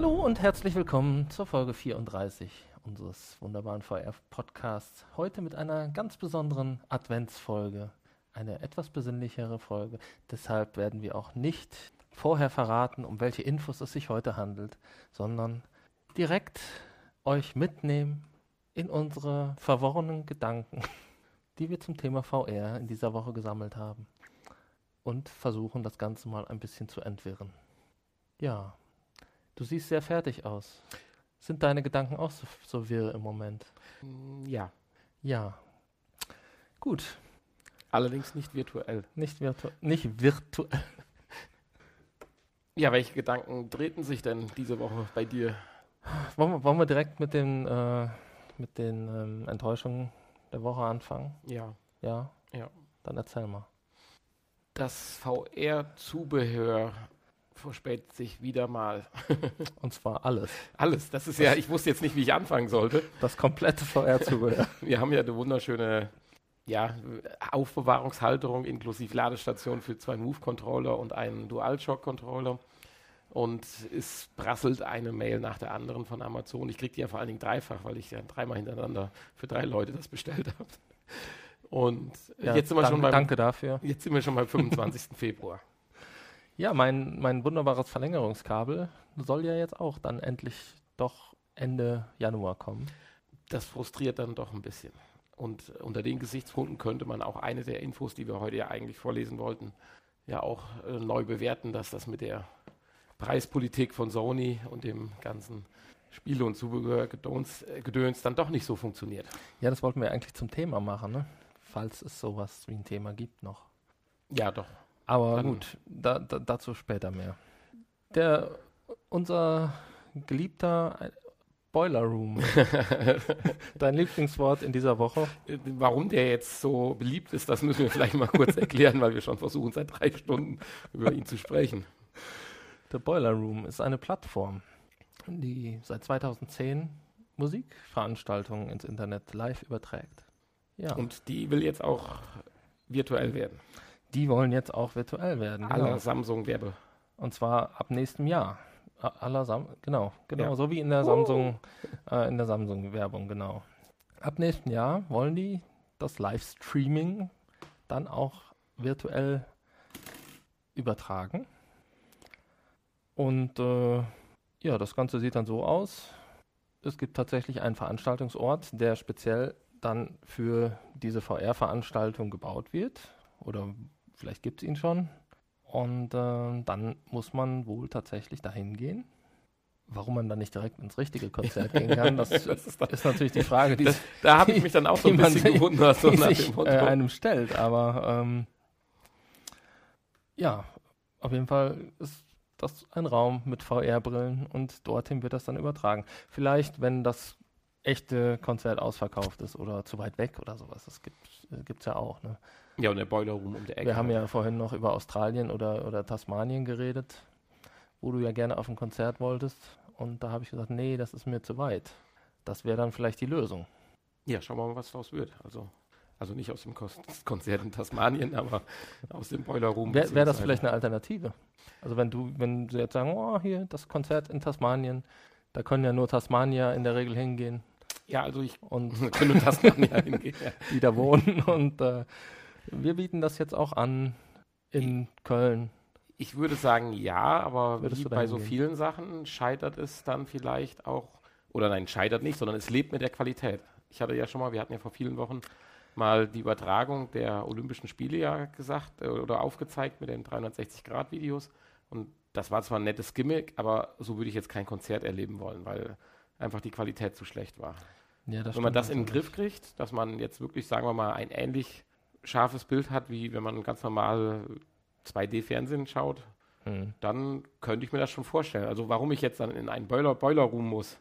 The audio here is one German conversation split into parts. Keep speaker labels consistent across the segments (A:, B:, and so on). A: und herzlich willkommen zur Folge 34 unseres wunderbaren VR-Podcasts. Heute mit einer ganz besonderen Adventsfolge, eine etwas besinnlichere Folge. Deshalb werden wir auch nicht vorher verraten, um welche Infos es sich heute handelt, sondern direkt euch mitnehmen in unsere verworrenen Gedanken, die wir zum Thema VR in dieser Woche gesammelt haben und versuchen, das Ganze mal ein bisschen zu entwirren. Ja, du siehst sehr fertig aus. Sind deine Gedanken auch so, so wirr im Moment?
B: Mm, Ja,
A: Ja. Gut,
B: allerdings nicht virtuell.
A: nicht, virtu nicht virtuell.
B: Ja, welche Gedanken drehten sich denn diese Woche bei dir?
A: Wollen, wir- wollen wir direkt mit den, äh, mit den ähm, Enttäuschungen der Woche anfangen?
B: Ja,
A: Ja?
B: Ja.
A: Dann erzähl mal.
B: das VR-Zubehör verspätet sich wieder mal.
A: Und zwar alles.
B: Alles, das ist ja, ich wusste jetzt nicht, wie ich anfangen sollte.
A: Das komplette VR-Zubehör.
B: Wir haben ja eine wunderschöne ja, Aufbewahrungshalterung inklusive Ladestation für zwei Move-Controller und einen DualShock-Controller. Und es prasselt eine Mail nach der anderen von Amazon. Ich kriege die ja vor allen Dingen dreifach, weil ich ja dreimal hintereinander für drei Leute das bestellt habe. Und
A: Ja,
B: jetzt, sind wir
A: danke-
B: schon beim,
A: Danke dafür.
B: jetzt sind wir schon beim 25. Februar.
A: Ja, mein, mein wunderbares Verlängerungskabel soll ja jetzt auch dann endlich doch Ende Januar kommen.
B: Das frustriert dann doch ein bisschen. Und unter den Gesichtspunkten könnte man auch eine der Infos, die wir heute ja eigentlich vorlesen wollten, ja auch äh, neu bewerten, dass das mit der Preispolitik von Sony und dem ganzen Spiele- und Zubehörgedöns äh, Gedöns dann doch nicht so funktioniert.
A: Ja, das wollten wir eigentlich zum Thema machen, ne? falls es sowas wie ein Thema gibt noch.
B: Ja, doch.
A: Aber
B: Dann-
A: gut, da, da, dazu später mehr. Der, unser geliebter Boiler Room, dein Lieblingswort in dieser Woche.
B: Äh, Warum der jetzt so beliebt ist, das müssen wir vielleicht mal kurz erklären, weil wir schon versuchen, seit drei Stunden über ihn zu sprechen.
A: Der Boiler Room ist eine Plattform, die seit 2010 Musikveranstaltungen ins Internet live überträgt. Ja,
B: Und die will jetzt auch virtuell werden.
A: die wollen jetzt auch virtuell werden. genau.
B: Aller Samsung-Werbe.
A: Und zwar ab nächstem Jahr. A- Aller Sam genau, genau,
B: Ja.
A: so wie in der Samsung, äh, in der Samsung-Werbung, genau. Ab nächsten Jahr wollen die das Livestreaming dann auch virtuell übertragen. Und äh, ja, das Ganze sieht dann so aus. Es gibt tatsächlich einen Veranstaltungsort, der speziell dann für diese VR-Veranstaltung gebaut wird. Oder vielleicht gibt es ihn schon. Und ähm, dann muss man wohl tatsächlich dahin gehen. Warum man dann nicht direkt ins richtige Konzert gehen kann, das,
B: Das ist dann-
A: ist natürlich die Frage, die,
B: Das, da habe ich mich dann auch so ein
A: die man
B: bisschen
A: sich-
B: gewundert. So
A: die
B: nach dem
A: sich äh,
B: Motto.
A: einem stellt. Aber ähm, ja, auf jeden Fall ist das ein Raum mit VR-Brillen und dorthin wird das dann übertragen. Vielleicht, wenn das echte Konzert ausverkauft ist oder zu weit weg oder sowas. Das gibt es ja auch. Ne?
B: ja, und der Boiler Room um die Ecke.
A: Wir haben ja vorhin noch über Australien oder, oder Tasmanien geredet, wo du ja gerne auf ein Konzert wolltest. Und da habe ich gesagt, nee, das ist mir zu weit. Das wäre dann vielleicht die Lösung.
B: ja, schauen wir mal, was draus wird. Also, also nicht aus dem Kos- Konzert in Tasmanien, aber aus dem Boiler Room.
A: Wäre wär das
B: Um beziehungsweise-
A: vielleicht eine Alternative? Also wenn du, wenn sie jetzt sagen, oh, hier, das Konzert in Tasmanien, da können ja nur Tasmanier in der Regel hingehen
B: Ja, also ich
A: und
B: könnte in Tasmanien hingehen. Ja.
A: die da wohnen. Und äh, wir bieten das jetzt auch an in Köln.
B: Ich würde sagen ja, aber
A: Würdest
B: wie
A: du
B: bei
A: dahin
B: so
A: gehen?
B: vielen Sachen scheitert es dann vielleicht auch, oder nein, scheitert nicht, sondern es lebt mit der Qualität. Ich hatte ja schon mal, wir hatten ja vor vielen Wochen mal die Übertragung der Olympischen Spiele ja gesagt äh, oder aufgezeigt mit den 360-Grad-Videos. Und das war zwar ein nettes Gimmick, aber so würde ich jetzt kein Konzert erleben wollen, weil einfach die Qualität zu schlecht war.
A: Ja,
B: Wenn man
A: stimmt also.
B: das in den
A: natürlich.
B: Griff kriegt, dass man jetzt wirklich, sagen wir mal, ein ähnlich scharfes Bild hat, wie wenn man ganz normal 2D-Fernsehen schaut,
A: Hm.
B: dann könnte ich mir das schon vorstellen. Also warum ich jetzt dann in einen Boiler, Boiler Room muss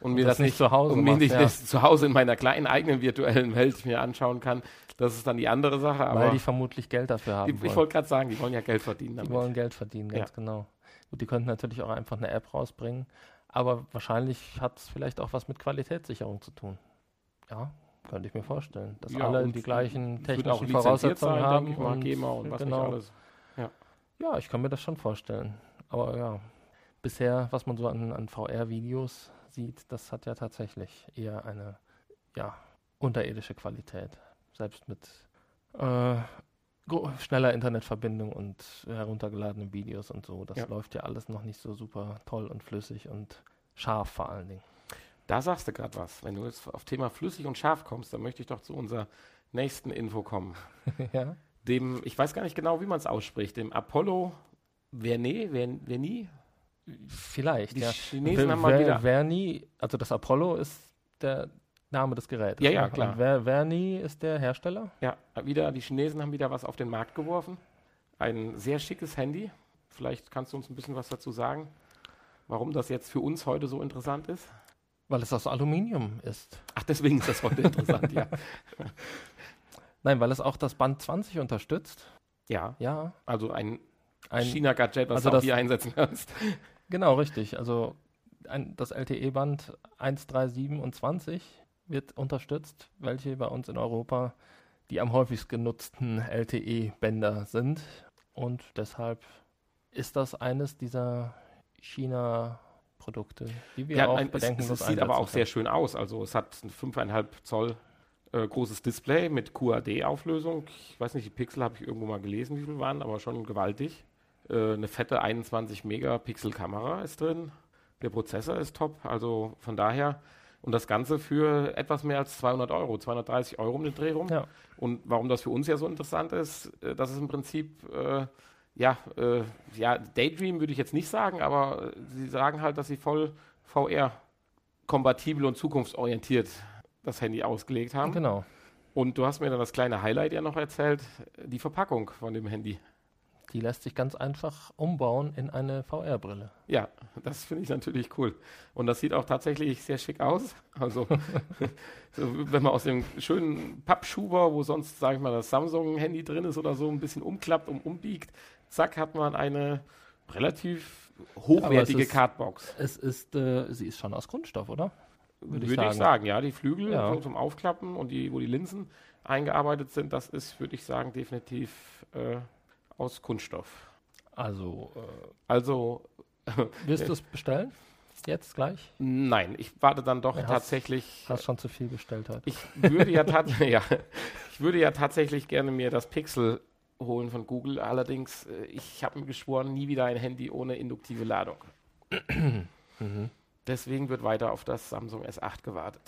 B: und, mir
A: das
B: das,
A: nicht
B: nicht
A: zu Hause
B: und mir
A: macht,
B: nicht
A: ja.
B: das zu Hause in meiner kleinen eigenen virtuellen Welt mir anschauen kann, das ist dann die andere Sache. Aber
A: Weil die vermutlich Geld dafür haben
B: ich, ich
A: wollen.
B: wollte gerade sagen, die wollen ja Geld verdienen.
A: Die
B: Damit.
A: wollen Geld verdienen, ganz genau. Gut, die könnten natürlich auch einfach eine App rausbringen, aber wahrscheinlich hat es vielleicht auch was mit Qualitätssicherung zu tun. Ja, könnte ich mir vorstellen, dass
B: Ja,
A: alle
B: und
A: die gleichen
B: Es wird auch
A: technischen
B: lizenziert
A: Voraussetzungen
B: sein,
A: haben.
B: denke ich mal, GEMA und was
A: genau.
B: nicht alles.
A: Ja, ich kann mir das schon vorstellen. Aber ja, bisher, was man so an, an VR-Videos sieht, das hat ja tatsächlich eher eine ja, unterirdische Qualität. Selbst mit äh, gro- schneller Internetverbindung und heruntergeladenen Videos und so. Das
B: Ja.
A: läuft ja alles noch nicht so super toll und flüssig und scharf vor allen Dingen.
B: Da sagst du gerade was. Wenn du jetzt auf Thema flüssig und scharf kommst, dann möchte ich doch zu unserer nächsten Info kommen.
A: ja?
B: Dem, ich weiß gar nicht genau, wie man es ausspricht, dem Apollo Verne, Verne, Verne?
A: Vielleicht,
B: Die
A: ja.
B: Chinesen
A: Ver-
B: haben mal
A: Ver-
B: wieder.
A: Verni, also das Apollo ist der Name des Gerätes.
B: Ja, ja,
A: ne? Und
B: klar.
A: Ver Verni ist der Hersteller.
B: Ja, wieder, die Chinesen haben wieder was auf den Markt geworfen. Ein sehr schickes Handy. Vielleicht kannst du uns ein bisschen was dazu sagen, warum das jetzt für uns heute so interessant ist.
A: Weil es aus Aluminium ist.
B: Ach, deswegen ist das heute interessant, ja.
A: Nein, weil es auch das Band 20 unterstützt.
B: Ja,
A: Ja.
B: also ein,
A: Ein,
B: China-Gadget, was
A: also
B: du auch
A: das-
B: hier einsetzen kannst.
A: Genau, richtig. Also ein, das LTE-Band 137 und 20 wird unterstützt, welche bei uns in Europa die am häufigst genutzten LTE-Bänder sind. Und deshalb ist das eines dieser China-Produkte, die wir auch
B: nein, es, es,
A: bedenkenlos
B: es sieht aber
A: einsetzen
B: auch sehr schön aus. Also es hat ein 5,5 Zoll äh, großes Display mit QAD-Auflösung. Ich weiß nicht, die Pixel habe ich irgendwo mal gelesen, wie viel waren, aber schon gewaltig. Äh, eine fette 21 Megapixel Kamera ist drin. Der Prozessor ist top. Also von daher und das Ganze für etwas mehr als 200 Euro, 230 Euro um den Dreh rum.
A: Ja.
B: Und warum das für uns ja so interessant ist, äh, das ist im Prinzip äh, ja, äh, ja, Daydream würde ich jetzt nicht sagen, aber äh, sie sagen halt, dass sie voll VR-kompatibel und zukunftsorientiert das Handy ausgelegt haben.
A: Genau.
B: Und du hast mir dann das kleine Highlight ja noch erzählt, äh, die Verpackung von dem Handy.
A: Die lässt sich ganz einfach umbauen in eine VR-Brille.
B: Ja, das finde ich natürlich cool. Und das sieht auch tatsächlich sehr schick aus. Also, so, wenn man aus dem schönen Pappschuber, wo sonst, sage ich mal, das Samsung-Handy drin ist oder so, ein bisschen umklappt und umbiegt, zack, hat man eine relativ hochwertige
A: ist-
B: Cardbox.
A: Es ist, äh, sie ist schon aus Kunststoff, oder?
B: Würde ich, sagen. ja. Die Flügel
A: Ja.
B: so zum Aufklappen und die, wo die Linsen eingearbeitet sind, das ist, würde ich sagen, definitiv äh, aus Kunststoff.
A: Also, äh,
B: Also,
A: willst du es bestellen? Jetzt gleich?
B: nein, ich warte dann doch
A: Ja, hast-
B: tatsächlich.
A: Hast schon zu viel bestellt heute.
B: Ich würde ja, tat ja, ich würde ja tatsächlich gerne mir das Pixel holen von Google. Allerdings, äh, ich habe mir geschworen, nie wieder ein Handy ohne induktive Ladung. Mhm. Deswegen wird weiter auf das Samsung S8 gewartet.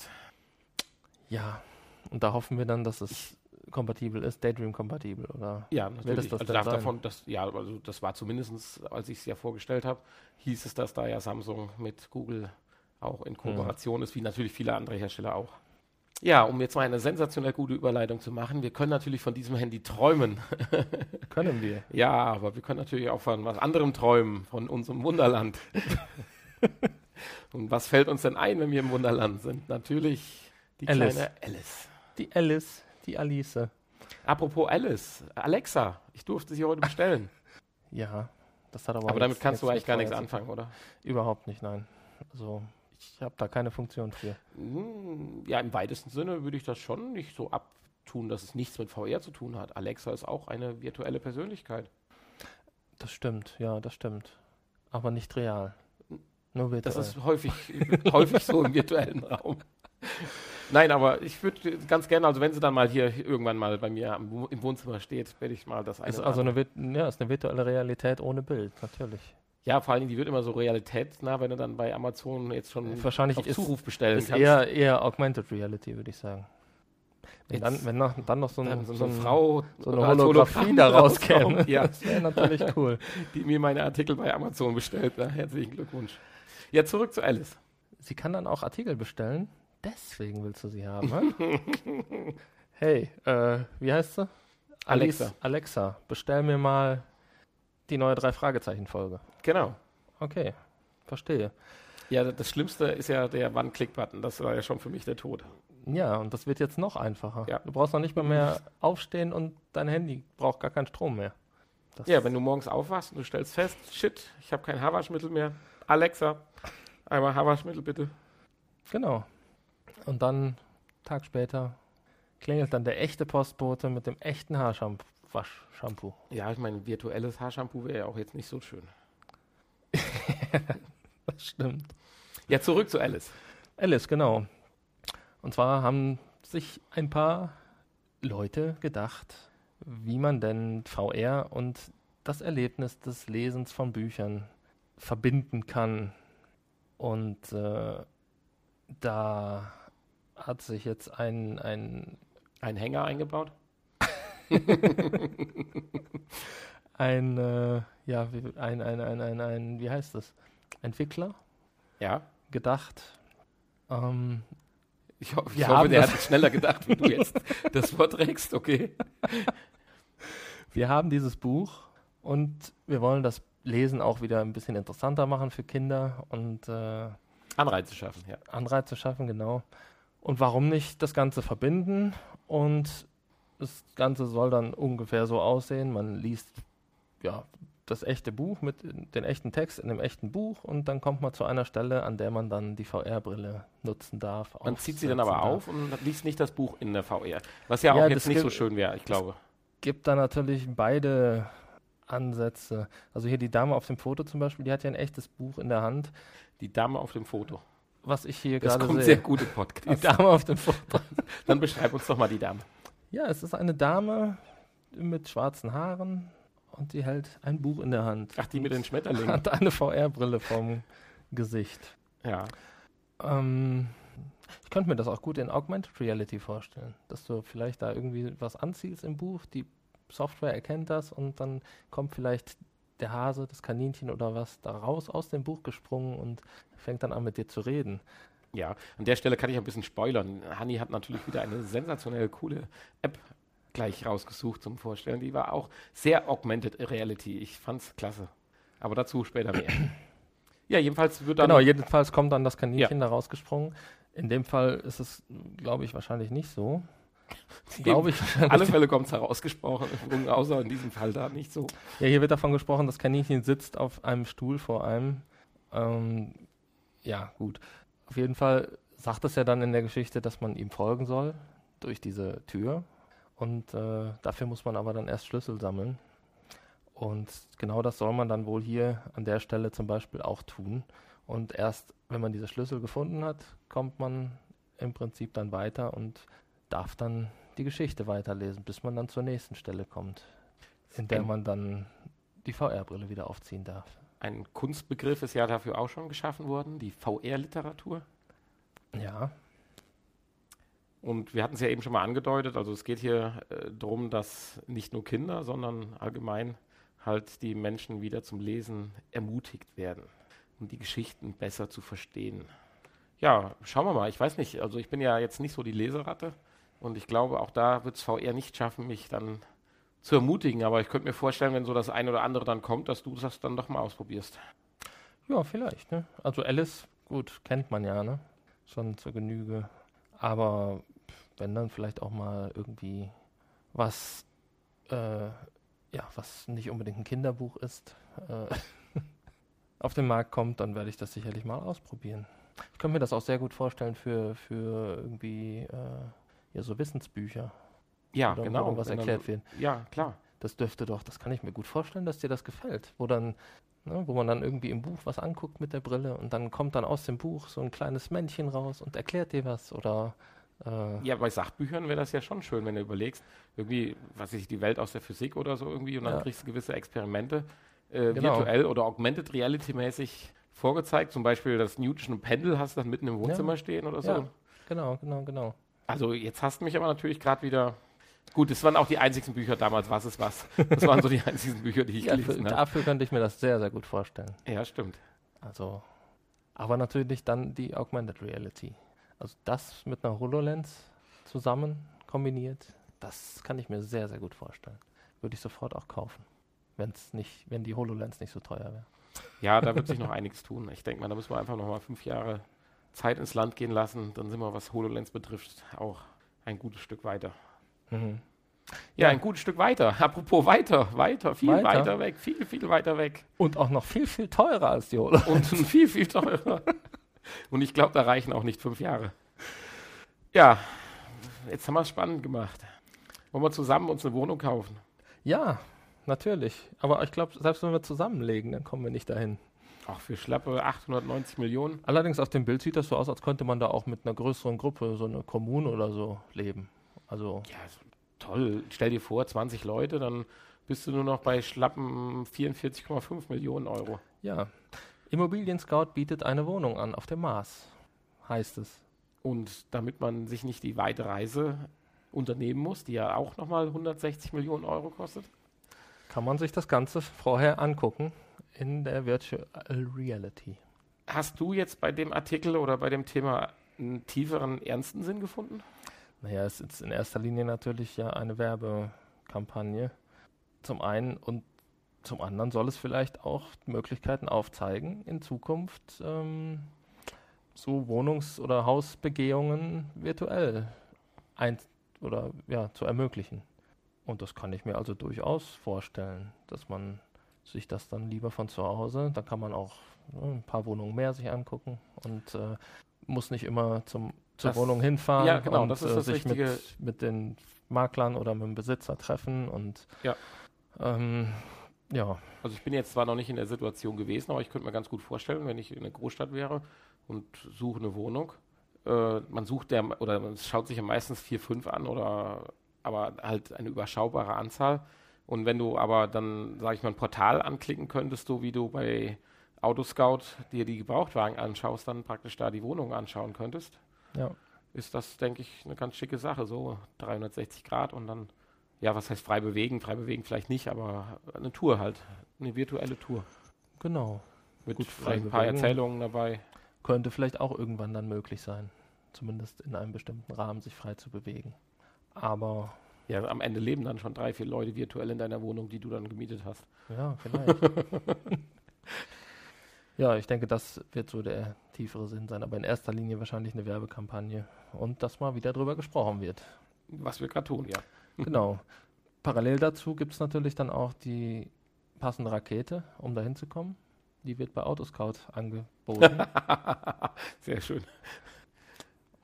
A: Ja, und da hoffen wir dann, dass es kompatibel ist, Daydream-kompatibel, oder?
B: Ja,
A: das
B: natürlich.
A: das
B: also
A: denn
B: darf
A: sein?
B: davon, das, ja, also das war zumindestens, als ich es ja vorgestellt habe, hieß es, dass da ja Samsung mit Google auch in Kooperation ist, wie natürlich viele andere Hersteller auch. Ja, um jetzt mal eine sensationell gute Überleitung zu machen, wir können natürlich von diesem Handy träumen.
A: Können wir.
B: Ja, aber wir können natürlich auch von was anderem träumen, von unserem Wunderland. Und was fällt uns denn ein, wenn wir im Wunderland sind? Natürlich die
A: Alice.
B: kleine Alice.
A: Die Alice, die Alice.
B: Apropos Alice, Alexa, ich durfte sie heute bestellen.
A: Ja, das hat aber.
B: Aber damit
A: jetzt-
B: kannst du
A: jetzt
B: eigentlich
A: mit
B: gar nichts
A: vorher-
B: anfangen, oder?
A: Überhaupt nicht, nein. Also, ich habe da keine Funktion für.
B: Hm, Ja, im weitesten Sinne würde ich das schon nicht so abtun, dass es nichts mit VR zu tun hat. Alexa ist auch eine virtuelle Persönlichkeit.
A: Das stimmt, ja, das stimmt. Aber nicht real. Nur virtuell.
B: Das ist häufig, häufig so im virtuellen Raum. Nein, aber ich würde ganz gerne, also wenn sie dann mal hier irgendwann mal bei mir am Wo- im Wohnzimmer steht, werde ich mal das eine.
A: Ist
B: oder
A: also
B: andere-
A: eine, virt- ja, ist eine virtuelle Realität ohne Bild, natürlich.
B: ja, vor allen Dingen, die wird immer so realitätsnah, wenn du dann bei Amazon jetzt schon
A: Wahrscheinlich
B: Mhm. auf
A: ist,
B: Zuruf bestellen
A: ist eher, eher Augmented Reality, würde ich sagen. Wenn,
B: Jetzt-
A: dann, wenn noch, dann noch so, ein,
B: dann so, eine
A: ein-
B: Frau
A: so eine
B: oder als
A: Holographie
B: Hologramm
A: da rauskäme.
B: rauskommt. Ja.
A: Das wäre natürlich cool.
B: die mir meine Artikel bei Amazon bestellt. Na, herzlichen Glückwunsch. Ja, zurück zu Alice.
A: Sie kann dann auch Artikel bestellen. Deswegen willst du sie haben. hä? hey, äh, wie heißt sie? Alice-
B: Alexa.
A: Alexa, bestell mir mal die neue Drei-Fragezeichen-Folge.
B: Genau.
A: Okay, verstehe.
B: Ja, da- das Schlimmste ist ja der One-Click-Button. Das war ja schon für mich der Tod.
A: Ja, und das wird jetzt noch einfacher.
B: Ja.
A: Du brauchst noch nicht mal mehr aufstehen und dein Handy braucht gar keinen Strom mehr. Das
B: Ja, wenn du morgens aufwachst und du stellst fest, shit, ich habe kein Haarwaschmittel mehr. Alexa, einmal Haarwaschmittel bitte.
A: Genau. Und dann, Tag später, klingelt dann der echte Postbote mit dem echten Haarshampoo.
B: Ja, ich meine, virtuelles Haarshampoo wäre ja auch jetzt nicht so schön.
A: das stimmt.
B: Ja, zurück zu Alice.
A: Alice, genau. Und zwar haben sich ein paar Leute gedacht, wie man denn VR und das Erlebnis des Lesens von Büchern verbinden kann. Und äh, da hat sich jetzt ein, ein,
B: Ein Hänger eingebaut.
A: ein äh, ja, wie- ein, ein, ein, ein, ein, wie heißt das? Entwickler
B: Ja.
A: gedacht. Ähm,
B: Ich, ho ich
A: Wir
B: hoffe,
A: haben
B: der
A: das-
B: hat es schneller gedacht, wie du jetzt das vorträgst, okay?
A: wir haben dieses Buch und wir wollen das Lesen auch wieder ein bisschen interessanter machen für Kinder und äh,
B: Anreize schaffen, ja.
A: Anreize schaffen, genau. Und warum nicht das Ganze verbinden? Und das Ganze soll dann ungefähr so aussehen. Man liest ja das echte Buch mit den echten Text in dem echten Buch und dann kommt man zu einer Stelle, an der man dann die VR-Brille nutzen darf.
B: Man zieht sie dann
A: aufsetzen
B: aber
A: darf.
B: auf und liest nicht das Buch in der VR. Was ja,
A: Ja,
B: auch
A: das
B: jetzt nicht
A: gibt-
B: so schön wäre, ich glaube.
A: gibt da natürlich beide Ansätze. Also hier die Dame auf dem Foto zum Beispiel, die hat ja ein echtes Buch in der Hand,
B: Die Dame auf dem Foto.
A: was ich hier
B: Das
A: gerade
B: kommt
A: sehe.
B: sehr gut im
A: Die
B: Podcast.
A: Dame auf dem Foto.
B: Dann beschreib uns doch mal die Dame.
A: Ja, es ist eine Dame mit schwarzen Haaren und die hält ein Buch in der Hand.
B: Ach, die mit den Schmetterlingen.
A: hat eine VR-Brille vom Gesicht.
B: Ja.
A: Ähm, ich könnte mir das auch gut in Augmented Reality vorstellen, dass du vielleicht da irgendwie was anziehst im Buch, die Software erkennt das und dann kommt vielleicht der Hase, das Kaninchen oder was da raus aus dem Buch gesprungen und fängt dann an mit dir zu reden.
B: Ja, an der Stelle kann ich ein bisschen spoilern. Hanni hat natürlich wieder eine sensationelle, coole App gleich rausgesucht zum Vorstellen. Die war auch sehr augmented reality. Ich fand's klasse. Aber dazu später mehr. Ja, jedenfalls wird dann
A: genau, jedenfalls kommt dann das Kaninchen da rausgesprungen. In dem Fall ist es, glaube ich, wahrscheinlich nicht so. Glaube ich.
B: in alle Fälle kommt's herausgesprochen, außer in diesem Fall da nicht so.
A: Ja, hier wird davon gesprochen, das Kaninchen sitzt auf einem Stuhl vor einem. Ähm, ja, gut. Auf jeden Fall sagt es ja dann in der Geschichte, dass man ihm folgen soll durch diese Tür. Und äh, dafür muss man aber dann erst Schlüssel sammeln. Und genau das soll man dann wohl hier an der Stelle zum Beispiel auch tun. Und erst wenn man diese Schlüssel gefunden hat, kommt man im Prinzip dann weiter und darf dann die Geschichte weiterlesen, bis man dann zur nächsten Stelle kommt, in der
B: Ein-
A: man dann die VR-Brille wieder aufziehen darf.
B: Ein Kunstbegriff ist ja dafür auch schon geschaffen worden, die VR-Literatur.
A: Ja,
B: Und wir hatten es ja eben schon mal angedeutet, also es geht hier äh, darum, dass nicht nur Kinder, sondern allgemein halt die Menschen wieder zum Lesen ermutigt werden, um die Geschichten besser zu verstehen. Ja, schauen wir mal. Ich weiß nicht, also ich bin ja jetzt nicht so die Leseratte und ich glaube, auch da wird es VR nicht schaffen, mich dann zu ermutigen. Aber ich könnte mir vorstellen, wenn so das ein oder andere dann kommt, dass du das dann doch mal ausprobierst.
A: ja, vielleicht. Ne? Also Alice, gut, kennt man ja, ne? Schon zur Genüge. Aber pff, wenn dann vielleicht auch mal irgendwie was, äh, ja, was nicht unbedingt ein Kinderbuch ist, äh, auf den Markt kommt, dann werde ich das sicherlich mal ausprobieren. Ich könnte mir das auch sehr gut vorstellen für, für irgendwie äh, ja, so Wissensbücher,
B: Ja,
A: wo dann- wo
B: genau.
A: dann was
B: wenn dann-
A: erklärt wird.
B: Ja, klar.
A: Das dürfte doch, das kann ich mir gut vorstellen, dass dir das gefällt. Wo dann, ne, wo man dann irgendwie im Buch was anguckt mit der Brille und dann kommt dann aus dem Buch so ein kleines Männchen raus und erklärt dir was oder äh,
B: Ja, bei Sachbüchern wäre das ja schon schön, wenn du überlegst, irgendwie, was weiß ich, die Welt aus der Physik oder so irgendwie, und dann
A: Ja.
B: kriegst du gewisse Experimente äh,
A: Genau.
B: virtuell oder augmented reality-mäßig vorgezeigt. Zum Beispiel das Newton'sche Pendel hast du dann mitten im Wohnzimmer stehen oder so.
A: Ja. genau, genau, genau.
B: Also jetzt hast du mich aber natürlich gerade wieder. Gut, das waren auch die einzigen Bücher damals, was ist was. Das waren so die einzigen Bücher, die ich
A: Ja, für,
B: gelesen habe.
A: dafür könnte ich mir das sehr, sehr gut vorstellen.
B: Ja, stimmt.
A: Also, aber natürlich dann die Augmented Reality. Also das mit einer HoloLens zusammen kombiniert, das kann ich mir sehr, sehr gut vorstellen. Würde ich sofort auch kaufen, wenn's nicht, wenn die HoloLens nicht so teuer wäre.
B: Ja, da wird sich noch einiges tun. Ich denke mal, da müssen wir einfach noch mal fünf Jahre Zeit ins Land gehen lassen. Dann sind wir, was HoloLens betrifft, auch ein gutes Stück weiter. Mhm. Ja, ein gutes Stück weiter. Apropos weiter, weiter, viel weiter,
A: Weiter?
B: weg, viel, viel weiter weg.
A: Und auch noch viel, viel teurer als die Holo.
B: Und viel, viel teurer. Und ich glaube, da reichen auch nicht fünf Jahre. Ja, jetzt haben wir es spannend gemacht. Wollen wir zusammen uns eine Wohnung kaufen?
A: Ja, natürlich. Aber ich glaube, selbst wenn wir zusammenlegen, dann kommen wir nicht dahin.
B: Auch für schlappe 890 Millionen.
A: Allerdings auf dem Bild sieht das so aus, als könnte man da auch mit einer größeren Gruppe, so eine Kommune oder so, leben. Also
B: Ja, so toll. Stell dir vor, 20 Leute, dann bist du nur noch bei schlappen 44,5 Millionen Euro.
A: ja. Immobilien Scout bietet eine Wohnung an auf dem Mars, heißt es.
B: Und damit man sich nicht die weite Reise unternehmen muss, die ja auch nochmal 160 Millionen Euro kostet.
A: Kann man sich das Ganze vorher angucken in der Virtual Reality.
B: Hast du jetzt bei dem Artikel oder bei dem Thema einen tieferen, ernsten Sinn gefunden?
A: Naja, es ist in erster Linie natürlich ja eine Werbekampagne. Zum einen und zum anderen soll es vielleicht auch Möglichkeiten aufzeigen, in Zukunft ähm, so Wohnungs- oder Hausbegehungen virtuell ein oder ja, zu ermöglichen. Und das kann ich mir also durchaus vorstellen, dass man sich das dann lieber von zu Hause, da kann man auch ne, ein paar Wohnungen mehr sich angucken und äh, muss nicht immer zum, zur
B: Das-
A: Wohnung hinfahren
B: Ja, genau,
A: und
B: das ist
A: äh,
B: das
A: sich
B: Richtige.
A: mit, mit den Maklern oder mit dem Besitzer treffen und
B: Ja.
A: ähm, ja,
B: Also ich bin jetzt zwar noch nicht in der Situation gewesen, aber ich könnte mir ganz gut vorstellen, wenn ich in einer Großstadt wäre und suche eine Wohnung. Äh, man sucht ja oder man schaut sich ja meistens vier, fünf an oder aber halt eine überschaubare Anzahl. Und wenn du aber dann, sage ich mal, ein Portal anklicken könntest, so wie du bei Autoscout dir die Gebrauchtwagen anschaust, dann praktisch da die Wohnung anschauen könntest,
A: ja.
B: ist das, denke ich, eine ganz schicke Sache. So 360 Grad und dann, ja, was heißt frei bewegen? Frei bewegen vielleicht nicht, aber eine Tour halt. Eine virtuelle Tour.
A: Genau.
B: Mit
A: Gut, frei
B: vielleicht ein paar
A: bewegen.
B: Erzählungen dabei.
A: Könnte vielleicht auch irgendwann dann möglich sein, zumindest in einem bestimmten Rahmen sich frei zu bewegen. Aber
B: Ja, am Ende leben dann schon drei, vier Leute virtuell in deiner Wohnung, die du dann gemietet hast.
A: ja, vielleicht. ja, ich denke, das wird so der tiefere Sinn sein, aber in erster Linie wahrscheinlich eine Werbekampagne und dass mal wieder drüber gesprochen wird.
B: Was wir gerade tun, ja.
A: Genau. Parallel dazu gibt es natürlich dann auch die passende Rakete, um dahin zu kommen. Die wird bei Autoscout angeboten
B: Sehr schön.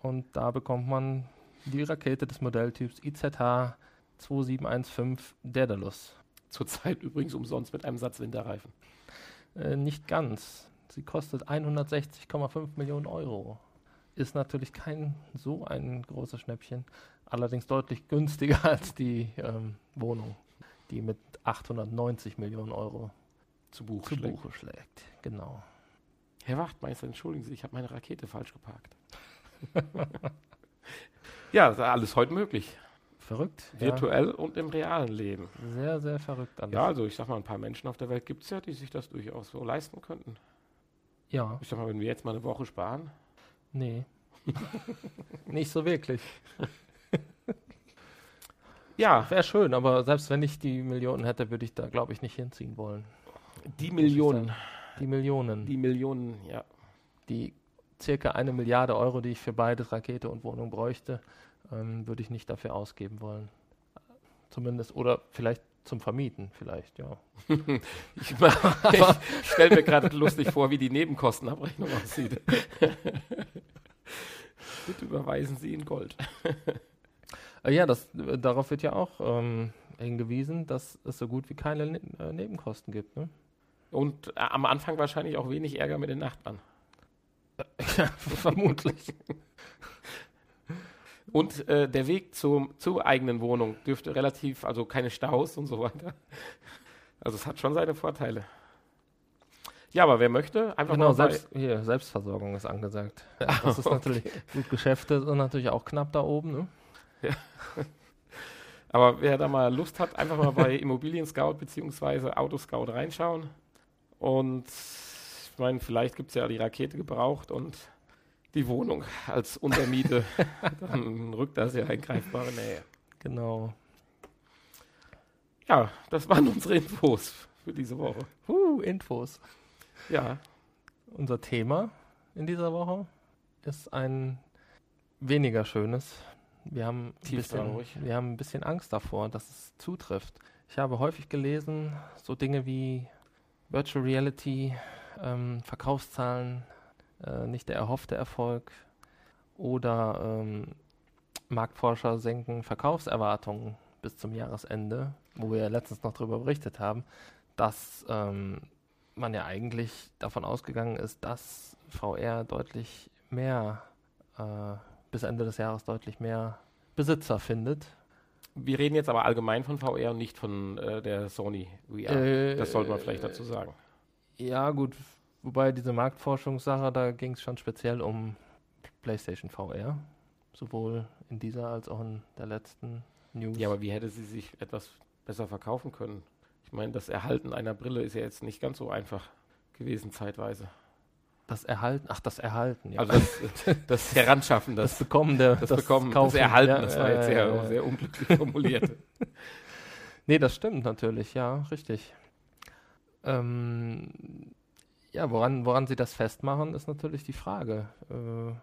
A: und da bekommt man die Rakete des Modelltyps IZH 2715 Daedalus.
B: Zurzeit übrigens umsonst mit einem Satz Winterreifen.
A: Äh, nicht ganz. Sie kostet 160,5 Millionen Euro. Ist natürlich kein so ein großes Schnäppchen, allerdings deutlich günstiger als die ähm, Wohnung, die mit 890 Millionen Euro
B: Zu Buch.
A: zu
B: schlägt.
A: Buche schlägt. Genau.
B: Herr Wachtmeister, entschuldigen Sie, ich habe meine Rakete falsch geparkt. ja, ist alles heute möglich.
A: Verrückt.
B: Virtuell und im realen Leben.
A: Ja, sehr, sehr verrückt alles.
B: Ja, also ich sag mal, ein paar Menschen auf der Welt gibt es ja, die sich das durchaus so leisten könnten.
A: ja
B: Ich sag mal, wenn wir jetzt mal eine Woche sparen,
A: nee. nicht so wirklich.
B: ja,
A: Wäre schön, aber selbst wenn ich die Millionen hätte, würde ich da, glaube ich, nicht hinziehen wollen.
B: die Millionen,
A: Die Millionen, die,
B: die Millionen, ja,
A: circa eine Milliarde Euro, die ich für beides, Rakete und Wohnung, bräuchte, ähm, würde ich nicht dafür ausgeben wollen. Zumindest, oder vielleicht zum Vermieten, vielleicht, ja.
B: Ich, ich stelle mir gerade lustig vor, wie die Nebenkostenabrechnung aussieht. Bitte überweisen Sie in Gold.
A: Äh, ja, das, äh, darauf wird ja auch ähm, hingewiesen, dass es so gut wie keine Ne- äh, Nebenkosten gibt, ne?
B: Und äh, am Anfang wahrscheinlich auch wenig Ärger mit den Nachbarn.
A: ja, vermutlich.
B: Und äh, der Weg zum, zur eigenen Wohnung dürfte relativ, also keine Staus und so weiter. Also es hat schon seine Vorteile. Ja, aber wer möchte, einfach
A: Genau,
B: mal bei- Ah,
A: selbst, hier, Selbstversorgung ist angesagt. Ja, das ist natürlich gut. Geschäfte sind natürlich auch knapp da oben. Ne?
B: Aber wer da mal Lust hat, einfach mal bei Immobilien Scout bzw. Autoscout reinschauen. Und ich meine, vielleicht gibt es ja die Rakete gebraucht und die Wohnung als Untermiete. Dann rückt das ja in greifbare Nähe.
A: Genau.
B: Ja, das waren unsere Infos für diese Woche.
A: Uh, Infos.
B: Ja,
A: Unser Thema in dieser Woche ist ein weniger schönes. Wir haben ein,
B: Tief
A: bisschen,
B: traurig.
A: wir haben ein bisschen Angst davor, dass es zutrifft. Ich habe häufig gelesen, so Dinge wie Virtual Reality, ähm, Verkaufszahlen, äh, nicht der erhoffte Erfolg oder ähm, Marktforscher senken Verkaufserwartungen bis zum Jahresende, wo wir ja letztens noch darüber berichtet haben, dass ähm, man ja eigentlich davon ausgegangen ist, dass VR deutlich mehr, äh, bis Ende des Jahres deutlich mehr Besitzer findet.
B: Wir reden jetzt aber allgemein von VR und nicht von äh, der Sony VR.
A: Äh,
B: das sollte man vielleicht dazu sagen.
A: Ja, gut, wobei diese Marktforschungssache, da ging es schon speziell um PlayStation VR. Sowohl in dieser als auch in der letzten News.
B: Ja, aber wie hätte sie sich etwas besser verkaufen können? Ich meine, das Erhalten einer Brille ist ja jetzt nicht ganz so einfach gewesen zeitweise.
A: das Erhalten, ach, das Erhalten, ja.
B: Also das, das Heranschaffen, das,
A: das Bekommen der,
B: das, Bekommen, das Erhalten, das war jetzt sehr, sehr unglücklich formuliert.
A: Nee, das stimmt natürlich, ja, richtig. Ähm, ja, woran, woran sie das festmachen, ist natürlich die Frage. Äh,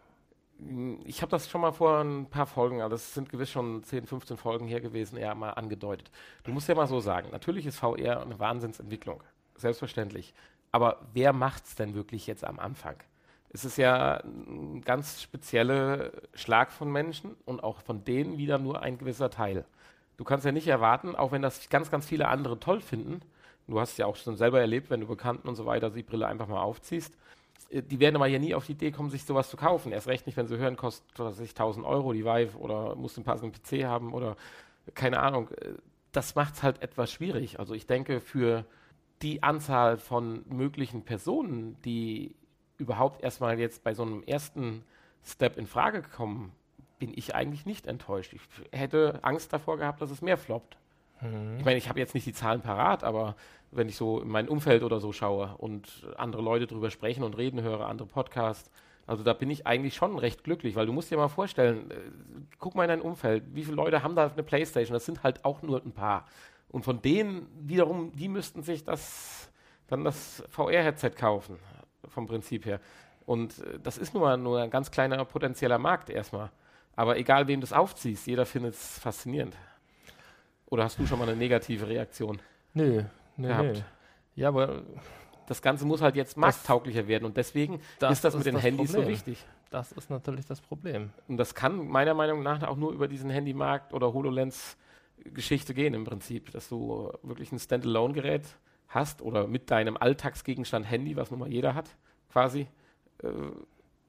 B: Ich habe das schon mal vor ein paar Folgen, also das sind gewiss schon 10, 15 Folgen her gewesen, eher mal angedeutet. Du musst ja mal so sagen, natürlich ist VR eine Wahnsinnsentwicklung, selbstverständlich. Aber wer macht's denn wirklich jetzt am Anfang? Es ist ja ein ganz spezieller Schlag von Menschen und auch von denen wieder nur ein gewisser Teil. Du kannst ja nicht erwarten, auch wenn das ganz, ganz viele andere toll finden, du hast ja auch schon selber erlebt, wenn du Bekannten und so weiter die Brille einfach mal aufziehst, äh, die werden aber ja nie auf die Idee kommen, sich sowas zu kaufen. Erst recht nicht, wenn sie hören, kostet was weiß ich, 1000 Euro die Vive oder musst einen passenden PC haben oder keine Ahnung. Äh, Das macht es halt etwas schwierig. Also ich denke, für die Anzahl von möglichen Personen, die überhaupt erstmal jetzt bei so einem ersten Step in Frage kommen, bin ich eigentlich nicht enttäuscht. Ich hätte Angst davor gehabt, dass es mehr floppt. Ich meine, ich habe jetzt nicht die Zahlen parat, aber wenn ich so in mein Umfeld oder so schaue und andere Leute drüber sprechen und reden höre, andere Podcasts, also da bin ich eigentlich schon recht glücklich, weil du musst dir mal vorstellen, äh, guck mal in dein Umfeld, wie viele Leute haben da eine Playstation? Das sind halt auch nur ein paar. Und von denen wiederum, die müssten sich das dann das VR-Headset kaufen, vom Prinzip her. Und äh, das ist nun mal nur ein ganz kleiner potenzieller Markt erstmal. Aber egal, wem du es aufziehst, jeder findet es faszinierend. Oder hast du schon mal eine negative Reaktion?
A: nö, nö,
B: Gehabt.
A: nö. Ja, aber
B: Das Ganze muss halt jetzt markttauglicher werden und deswegen
A: das
B: ist das mit
A: ist
B: den
A: das
B: Handys so
A: Problem.
B: wichtig.
A: das ist natürlich das Problem.
B: Und das kann meiner Meinung nach auch nur über diesen Handymarkt oder HoloLens-Geschichte gehen im Prinzip, dass du wirklich ein Standalone-Gerät hast oder mit deinem Alltagsgegenstand Handy, was nun mal jeder hat, quasi, äh,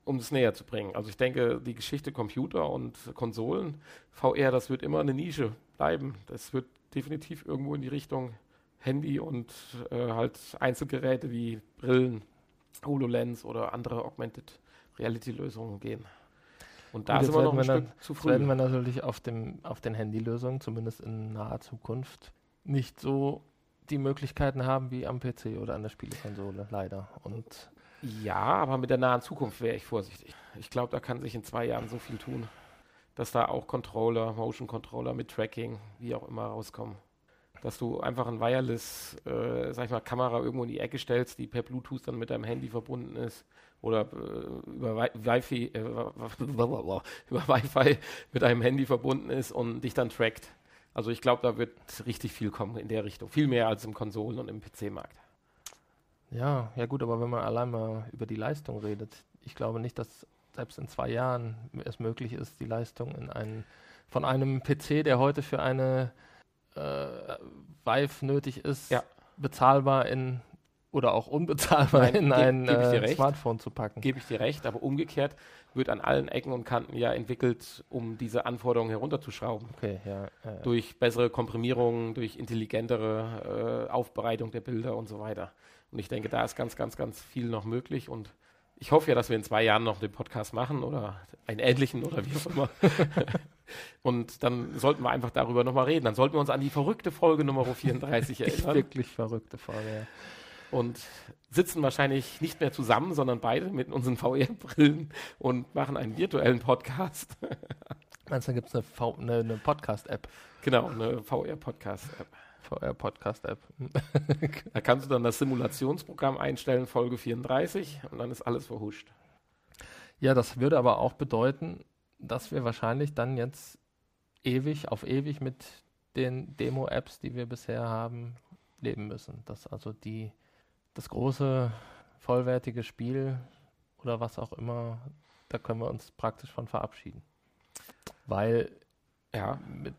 B: um es näher zu bringen. Also ich denke, die Geschichte Computer und Konsolen, VR, das wird immer eine Nische bleiben. Das wird definitiv irgendwo in die Richtung Handy und äh, halt Einzelgeräte wie Brillen, HoloLens oder andere Augmented Reality-Lösungen gehen. Und da
A: Gut,
B: sind
A: jetzt
B: wir noch ein
A: werden wir
B: Stück zu
A: Das werden
B: früh.
A: wir natürlich auf, dem, auf den Handylösungen, zumindest in naher Zukunft, nicht so die Möglichkeiten haben wie am PC oder an der Spielekonsole, leider. Und
B: Ja, aber mit der nahen Zukunft wäre ich vorsichtig. Ich glaube, da kann sich in zwei Jahren so viel tun, dass da auch Controller, Motion Controller mit Tracking, wie auch immer, rauskommen. Dass du einfach ein Wireless, äh, sag ich mal, Kamera irgendwo in die Ecke stellst, die per Bluetooth dann mit deinem Handy verbunden ist oder äh, über Wi- Wi-Fi, äh, wa- wa- über Wi-Fi mit einem Handy verbunden ist und dich dann trackt. Also ich glaube, da wird richtig viel kommen in der Richtung. Viel mehr als im Konsolen- und im PC-Markt.
A: ja, ja gut, aber wenn man allein mal über die Leistung redet, ich glaube nicht, dass selbst in zwei Jahren es möglich ist, die Leistung in einen, von einem PC, der heute für eine äh, Vive nötig ist,
B: Ja.
A: bezahlbar in oder auch unbezahlbar
B: Nein,
A: in ein
B: geb- geb ich dir
A: äh,
B: recht.
A: Smartphone zu packen.
B: gebe ich dir recht, aber umgekehrt wird an allen Ecken und Kanten ja entwickelt, um diese Anforderungen herunterzuschrauben.
A: Okay, ja. ja, ja.
B: Durch bessere Komprimierungen, durch intelligentere äh, Aufbereitung der Bilder und so weiter. Und ich denke, da ist ganz, ganz, ganz viel noch möglich und ich hoffe ja, dass wir in zwei Jahren noch den Podcast machen oder einen ähnlichen oder wie auch immer. und dann sollten wir einfach darüber nochmal reden. Dann sollten wir uns an die verrückte Folge Nummer 34
A: Die
B: erinnern.
A: wirklich verrückte Frage. Ja.
B: und sitzen wahrscheinlich nicht mehr zusammen, sondern beide mit unseren VR-Brillen und machen einen virtuellen Podcast.
A: Meinst du, da gibt es eine, V- eine, eine Podcast-App? äh,
B: genau, eine VR-Podcast-App.
A: VR-Podcast-App.
B: Da kannst du dann das Simulationsprogramm einstellen, Folge 34, und dann ist alles verhuscht.
A: Ja, das würde aber auch bedeuten, dass wir wahrscheinlich dann jetzt ewig auf ewig mit den Demo-Apps, die wir bisher haben, leben müssen. Dass also die, das große, vollwertige Spiel oder was auch immer, da können wir uns praktisch von verabschieden. Weil
B: Ja,
A: mit,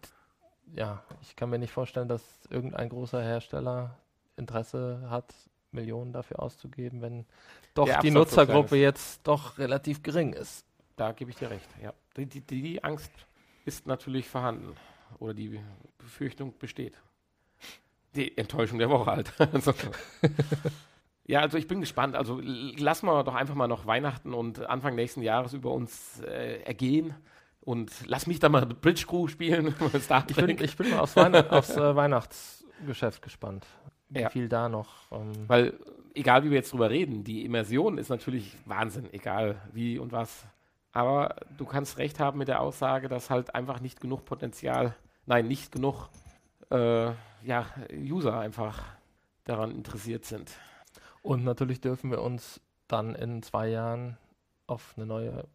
A: ja, ich kann mir nicht vorstellen, dass irgendein großer Hersteller Interesse hat, Millionen dafür auszugeben, wenn doch
B: Der
A: die
B: Absatz so klein
A: Nutzergruppe
B: ist.
A: jetzt doch relativ gering ist.
B: Da gebe ich dir recht. Ja. Die, die, die Angst ist natürlich vorhanden. Oder die Befürchtung besteht. Die Enttäuschung der Woche halt. Also- ja, also ich bin gespannt. Also l- lassen wir doch einfach mal noch Weihnachten und Anfang nächsten Jahres über uns äh, ergehen. Und lass mich da mal Bridge Crew spielen. Star
A: Ich bin,
B: Trek.
A: ich bin mal aufs, Weihnacht, aufs äh, Weihnachtsgeschäft gespannt. Wie
B: Ja.
A: viel da noch? Ähm,
B: Weil, egal wie wir jetzt drüber reden, die Immersion ist natürlich Wahnsinn, egal wie und was. Aber du kannst recht haben mit der Aussage, dass halt einfach nicht genug Potenzial, nein, nicht genug äh, ja, User einfach daran interessiert sind.
A: und natürlich dürfen wir uns dann in zwei Jahren auf eine neue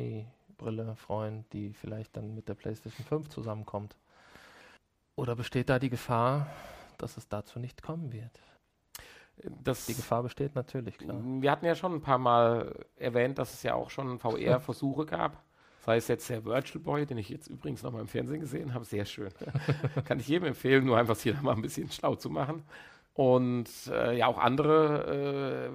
A: Sony-Brille freuen, die vielleicht dann mit der PlayStation 5 zusammenkommt. Oder besteht da die Gefahr, dass es dazu nicht kommen wird?
B: Das,
A: Die Gefahr besteht natürlich, klar.
B: wir hatten ja schon ein paar Mal erwähnt, dass es ja auch schon VR-Versuche gab. Sei es jetzt der Virtual Boy, den ich jetzt übrigens nochmal im Fernsehen gesehen habe, sehr schön. Kann ich jedem empfehlen, nur einfach hier mal ein bisschen schlau zu machen. Und äh, ja, auch andere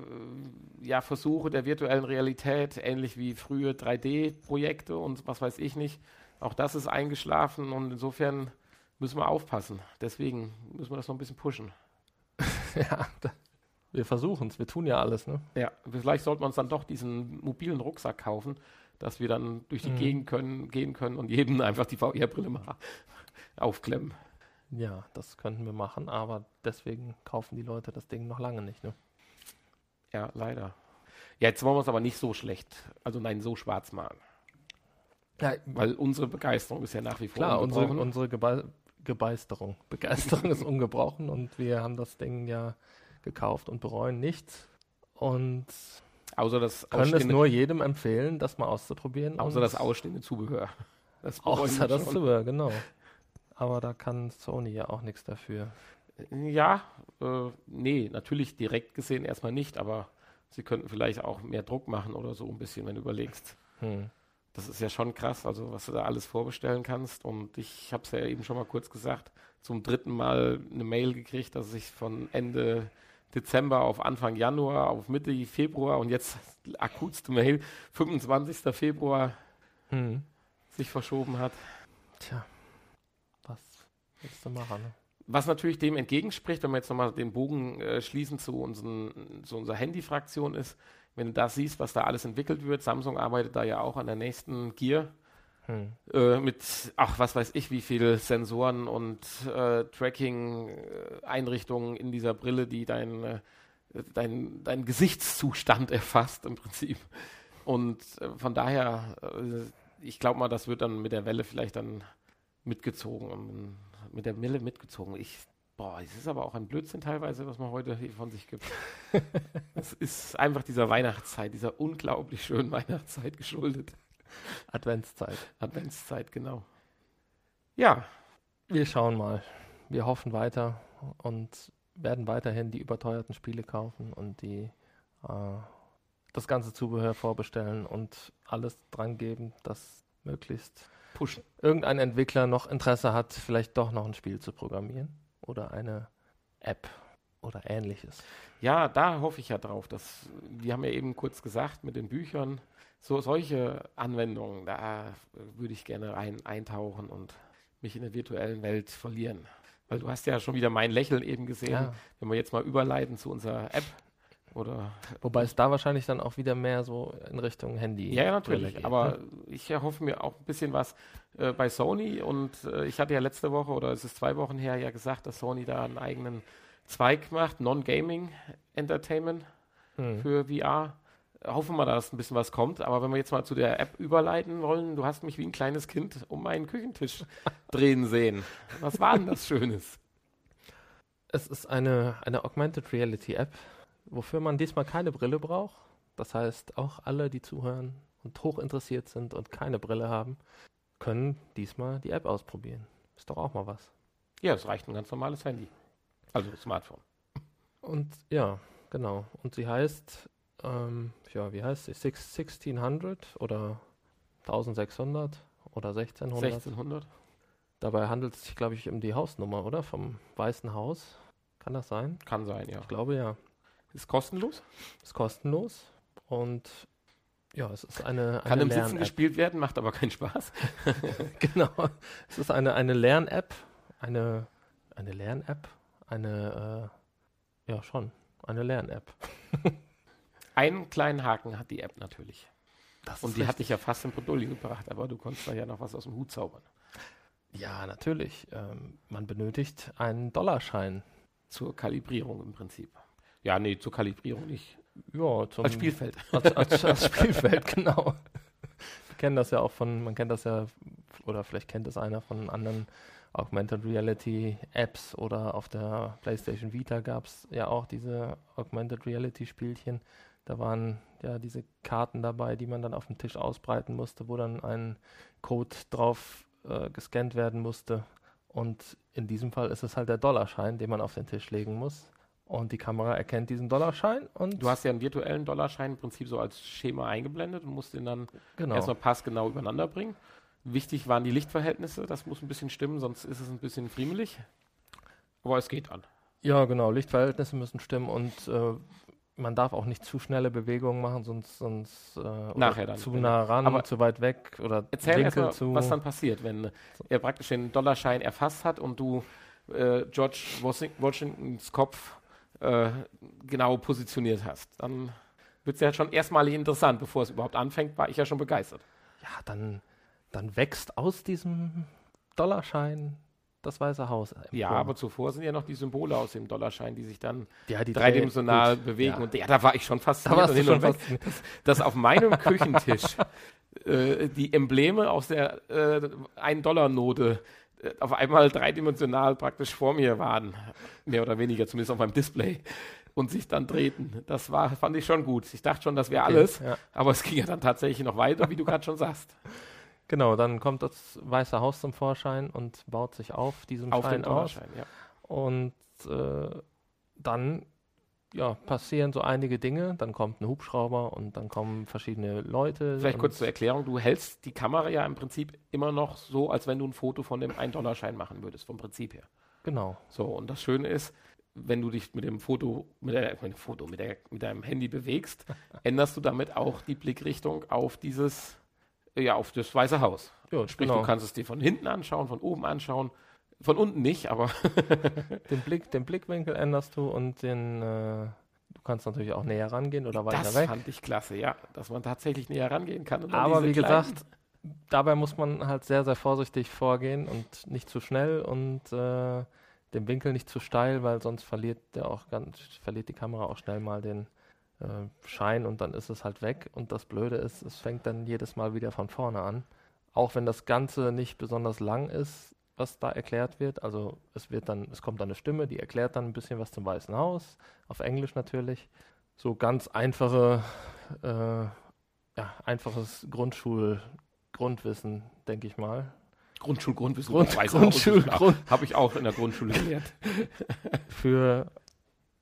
B: äh, ja, Versuche der virtuellen Realität, ähnlich wie frühe 3D-Projekte und was weiß ich nicht. Auch das ist eingeschlafen und insofern müssen wir aufpassen. Deswegen müssen wir das noch ein bisschen pushen.
A: Ja, da, wir versuchen es, wir tun ja alles, ne?
B: Ja, vielleicht sollten wir uns dann doch diesen mobilen Rucksack kaufen, dass wir dann durch die
A: Mhm.
B: Gegend können, gehen können und jedem einfach die VR-Brille mal aufklemmen.
A: Ja, das könnten wir machen, aber deswegen kaufen die Leute das Ding noch lange nicht, ne?
B: Ja, leider. Ja, jetzt wollen wir es aber nicht so schlecht, also nein, so schwarz malen,
A: Ja,
B: weil unsere Begeisterung ist ja nach wie vor
A: klar, unsere,
B: ungebrochen.
A: unsere Gebe Gebeisterung. Begeisterung ist ungebrochen und wir haben das Ding ja gekauft und bereuen nichts. Und
B: außer das
A: können es
B: ausstehende,
A: nur jedem empfehlen, das mal auszuprobieren.
B: außer
A: und
B: das ausstehende Zubehör. Das bereuen
A: außer
B: wir
A: das
B: schon.
A: Zubehör, genau. Aber da kann Sony ja auch nichts dafür.
B: Ja, äh, nee, natürlich direkt gesehen erstmal nicht, aber sie könnten vielleicht auch mehr Druck machen oder so ein bisschen, wenn du überlegst.
A: Hm.
B: Das ist ja schon krass, also was du da alles vorbestellen kannst. Und ich habe es ja eben schon mal kurz gesagt, zum dritten Mal eine Mail gekriegt, dass ich von Ende Dezember auf Anfang Januar, auf Mitte Februar und jetzt akutste Mail, 25. Februar
A: Hm.
B: sich verschoben hat.
A: Tja, was willst du machen? Ne?
B: Was natürlich dem entgegenspricht, wenn wir jetzt nochmal den Bogen äh, schließen zu, unseren, zu unserer Handy-Fraktion ist, wenn du das siehst, was da alles entwickelt wird, Samsung arbeitet da ja auch an der nächsten Gear,
A: Hm.
B: äh, mit, ach, was weiß ich, wie viel Sensoren und äh, Tracking-Einrichtungen in dieser Brille, die dein, äh, dein, dein Gesichtszustand erfasst im Prinzip. Und äh, von daher, äh, ich glaube mal, das wird dann mit der Welle vielleicht dann mitgezogen. Und mit der Mille mitgezogen. Ich, boah, es ist aber auch ein Blödsinn teilweise, was man heute hier von sich gibt. es ist einfach dieser Weihnachtszeit, dieser unglaublich schönen Weihnachtszeit geschuldet.
A: Adventszeit.
B: Adventszeit, genau. Ja,
A: Wir schauen mal. Wir hoffen weiter und werden weiterhin die überteuerten Spiele kaufen und die äh, das ganze Zubehör vorbestellen und alles dran geben, dass möglichst
B: pushen.
A: irgendein Entwickler noch Interesse hat, vielleicht doch noch ein Spiel zu programmieren oder eine App oder ähnliches.
B: Ja, da hoffe ich ja drauf. Dass, wir haben ja eben kurz gesagt mit den Büchern, so solche Anwendungen, da äh, würde ich gerne rein eintauchen und mich in der virtuellen Welt verlieren. Weil du hast ja schon wieder mein Lächeln eben gesehen.
A: Ja.
B: Wenn wir jetzt mal überleiten zu unserer App oder
A: Wobei es da wahrscheinlich dann auch wieder mehr so in Richtung Handy.
B: Ja, ja natürlich.
A: geht,
B: aber
A: ne?
B: ich erhoffe mir auch ein bisschen was äh, bei Sony. Und äh, ich hatte ja letzte Woche oder es ist zwei Wochen her ja gesagt, dass Sony da einen eigenen Zweig macht, Non-Gaming Entertainment
A: Hm.
B: für VR. Hoffen wir, dass ein bisschen was kommt. Aber wenn wir jetzt mal zu der App überleiten wollen, du hast mich wie ein kleines Kind um meinen Küchentisch drehen sehen. Was war denn das Schönes?
A: Es ist eine, eine Augmented Reality App, wofür man diesmal keine Brille braucht. Das heißt, auch alle, die zuhören und hochinteressiert sind und keine Brille haben, können diesmal die App ausprobieren. Ist doch auch mal was.
B: Ja, es reicht ein ganz normales Handy. Also Smartphone.
A: Und ja, genau. Und sie heißt, ähm, ja, wie heißt sie? Six- 1600 oder 1600 oder 1600.
B: 1600.
A: Dabei handelt es sich, glaube ich, um die Hausnummer, oder? Vom Weißen Haus. Kann das sein?
B: Kann sein, ja.
A: Ich glaube ja.
B: Ist kostenlos.
A: Ist kostenlos und ja, es ist eine, eine
B: Kann im Sitzen
A: Lern-App.
B: gespielt werden, macht aber keinen Spaß.
A: genau. Es ist eine, eine Lern-App, eine, eine Lern-App, eine, äh, ja schon, eine Lern-App.
B: Einen kleinen Haken hat die App natürlich.
A: Das
B: Und
A: ist
B: die hat
A: richtig.
B: dich ja fast in Bredouille gebracht, aber du konntest da ja noch was aus dem Hut zaubern.
A: Ja, natürlich. Ähm, man benötigt einen Dollarschein.
B: Zur Kalibrierung im Prinzip. Ja, nee, zur Kalibrierung nicht.
A: Ja, zum,
B: Als Spielfeld.
A: als, als, als Spielfeld, genau. Wir kennen das ja auch von, man kennt das ja, oder vielleicht kennt es einer von anderen Augmented Reality Apps oder auf der PlayStation Vita gab es ja auch diese Augmented Reality Spielchen. Da waren ja diese Karten dabei, die man dann auf dem Tisch ausbreiten musste, wo dann ein Code drauf äh, gescannt werden musste. Und in diesem Fall ist es halt der Dollarschein, den man auf den Tisch legen muss. Und die Kamera erkennt diesen Dollarschein und
B: Du hast ja einen virtuellen Dollarschein im Prinzip so als Schema eingeblendet und musst den dann
A: genau.
B: erstmal passgenau übereinander bringen. Wichtig waren die Lichtverhältnisse, das muss ein bisschen stimmen, sonst ist es ein bisschen friemelig. Aber es geht an.
A: Ja, genau. Lichtverhältnisse müssen stimmen und äh, man darf auch nicht zu schnelle Bewegungen machen, sonst, sonst äh, oder
B: Nachher dann,
A: zu
B: wenn-
A: nah ran,
B: aber
A: zu weit weg oder
B: Erzähl
A: Winkel
B: erstmal,
A: zu.
B: was dann passiert, wenn er praktisch den Dollarschein erfasst hat und du äh, George Washing- Washingtons Kopf äh, genau positioniert hast. Dann wird es ja schon erstmalig interessant. Bevor es überhaupt anfängt, war ich ja schon begeistert.
A: ja, dann, dann wächst aus diesem Dollarschein das Weiße Haus. empor.
B: Ja, aber zuvor sind ja noch die Symbole aus dem Dollarschein, die sich dann
A: ja, die
B: dreidimensional
A: gut,
B: bewegen.
A: Ja.
B: Und ja, da war ich schon
A: Da
B: fasziniert
A: warst
B: und
A: du
B: hin und
A: schon
B: weg,
A: fast,
B: dass auf meinem Küchentisch äh, die Embleme aus der äh, 1-Dollar-Note äh, auf einmal dreidimensional praktisch vor mir waren. Mehr oder weniger, zumindest auf meinem Display. Und sich dann drehten. Das war, fand ich schon gut. Ich dachte schon, das wäre alles.
A: Ja.
B: Aber es ging ja dann tatsächlich noch weiter, wie du gerade schon sagst.
A: Genau, dann kommt das Weiße Haus zum Vorschein und baut sich auf diesem
B: Auf dem
A: Schein aus.
B: Dollarschein, ja.
A: Und äh, dann ja, passieren so einige Dinge. Dann kommt ein Hubschrauber und dann kommen verschiedene Leute.
B: Vielleicht
A: und
B: kurz zur Erklärung, du hältst die Kamera ja im Prinzip immer noch so, als wenn du ein Foto von dem 1-Dollar-Schein machen würdest, vom Prinzip her.
A: Genau.
B: So, und das Schöne ist, wenn du dich mit dem Foto, mit, der, mit dem Foto, mit, der, mit deinem Handy bewegst, änderst du damit auch die Blickrichtung auf dieses, ja, auf das Weiße Haus.
A: Ja, genau.
B: Sprich, du kannst es dir von hinten anschauen, von oben anschauen, von unten nicht, aber
A: den, Blick, den Blickwinkel änderst du und den, äh, du kannst natürlich auch näher rangehen oder weiter
B: das
A: weg.
B: fand ich klasse, ja, dass man tatsächlich näher rangehen kann. und dann
A: Aber
B: diese
A: wie
B: kleinen-
A: gesagt, dabei muss man halt sehr, sehr vorsichtig vorgehen und nicht zu schnell und äh, den Winkel nicht zu steil, weil sonst verliert der auch ganz, verliert die Kamera auch schnell mal den äh, Schein und dann ist es halt weg. Und das Blöde ist, es fängt dann jedes Mal wieder von vorne an. Auch wenn das Ganze nicht besonders lang ist, was da erklärt wird. Also es wird dann, es kommt dann eine Stimme, die erklärt dann ein bisschen was zum Weißen Haus, auf Englisch natürlich. So ganz einfache äh, ja, einfaches Grundschul Grundwissen, denke ich mal.
B: Grundschul, Grundwissen,
A: Grund-
B: Weiße
A: Grundschul-
B: Haus,
A: Grund-
B: habe ich auch in der Grundschule gelernt.
A: Für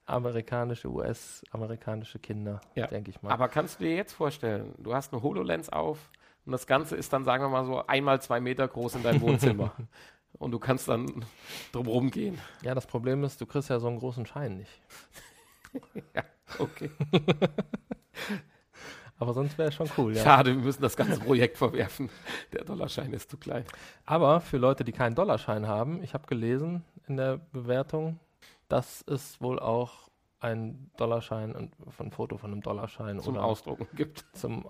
A: amerikanische, US-amerikanische Kinder,
B: Ja,
A: denke ich mal.
B: Aber kannst du dir jetzt vorstellen, du hast eine HoloLens auf und das Ganze ist dann, sagen wir mal so, einmal zwei Meter groß in deinem Wohnzimmer. und du kannst dann drumherum gehen.
A: ja, das Problem ist, du kriegst ja so einen großen Schein nicht.
B: Okay.
A: Aber sonst wäre es schon cool, ja.
B: Schade, wir müssen das ganze Projekt verwerfen. Der Dollarschein ist zu klein.
A: Aber für Leute, die keinen Dollarschein haben, ich habe gelesen in der Bewertung, dass es wohl auch ein Dollarschein und ein Foto von einem Dollarschein
B: Zum
A: oder
B: Ausdrucken gibt.
A: zum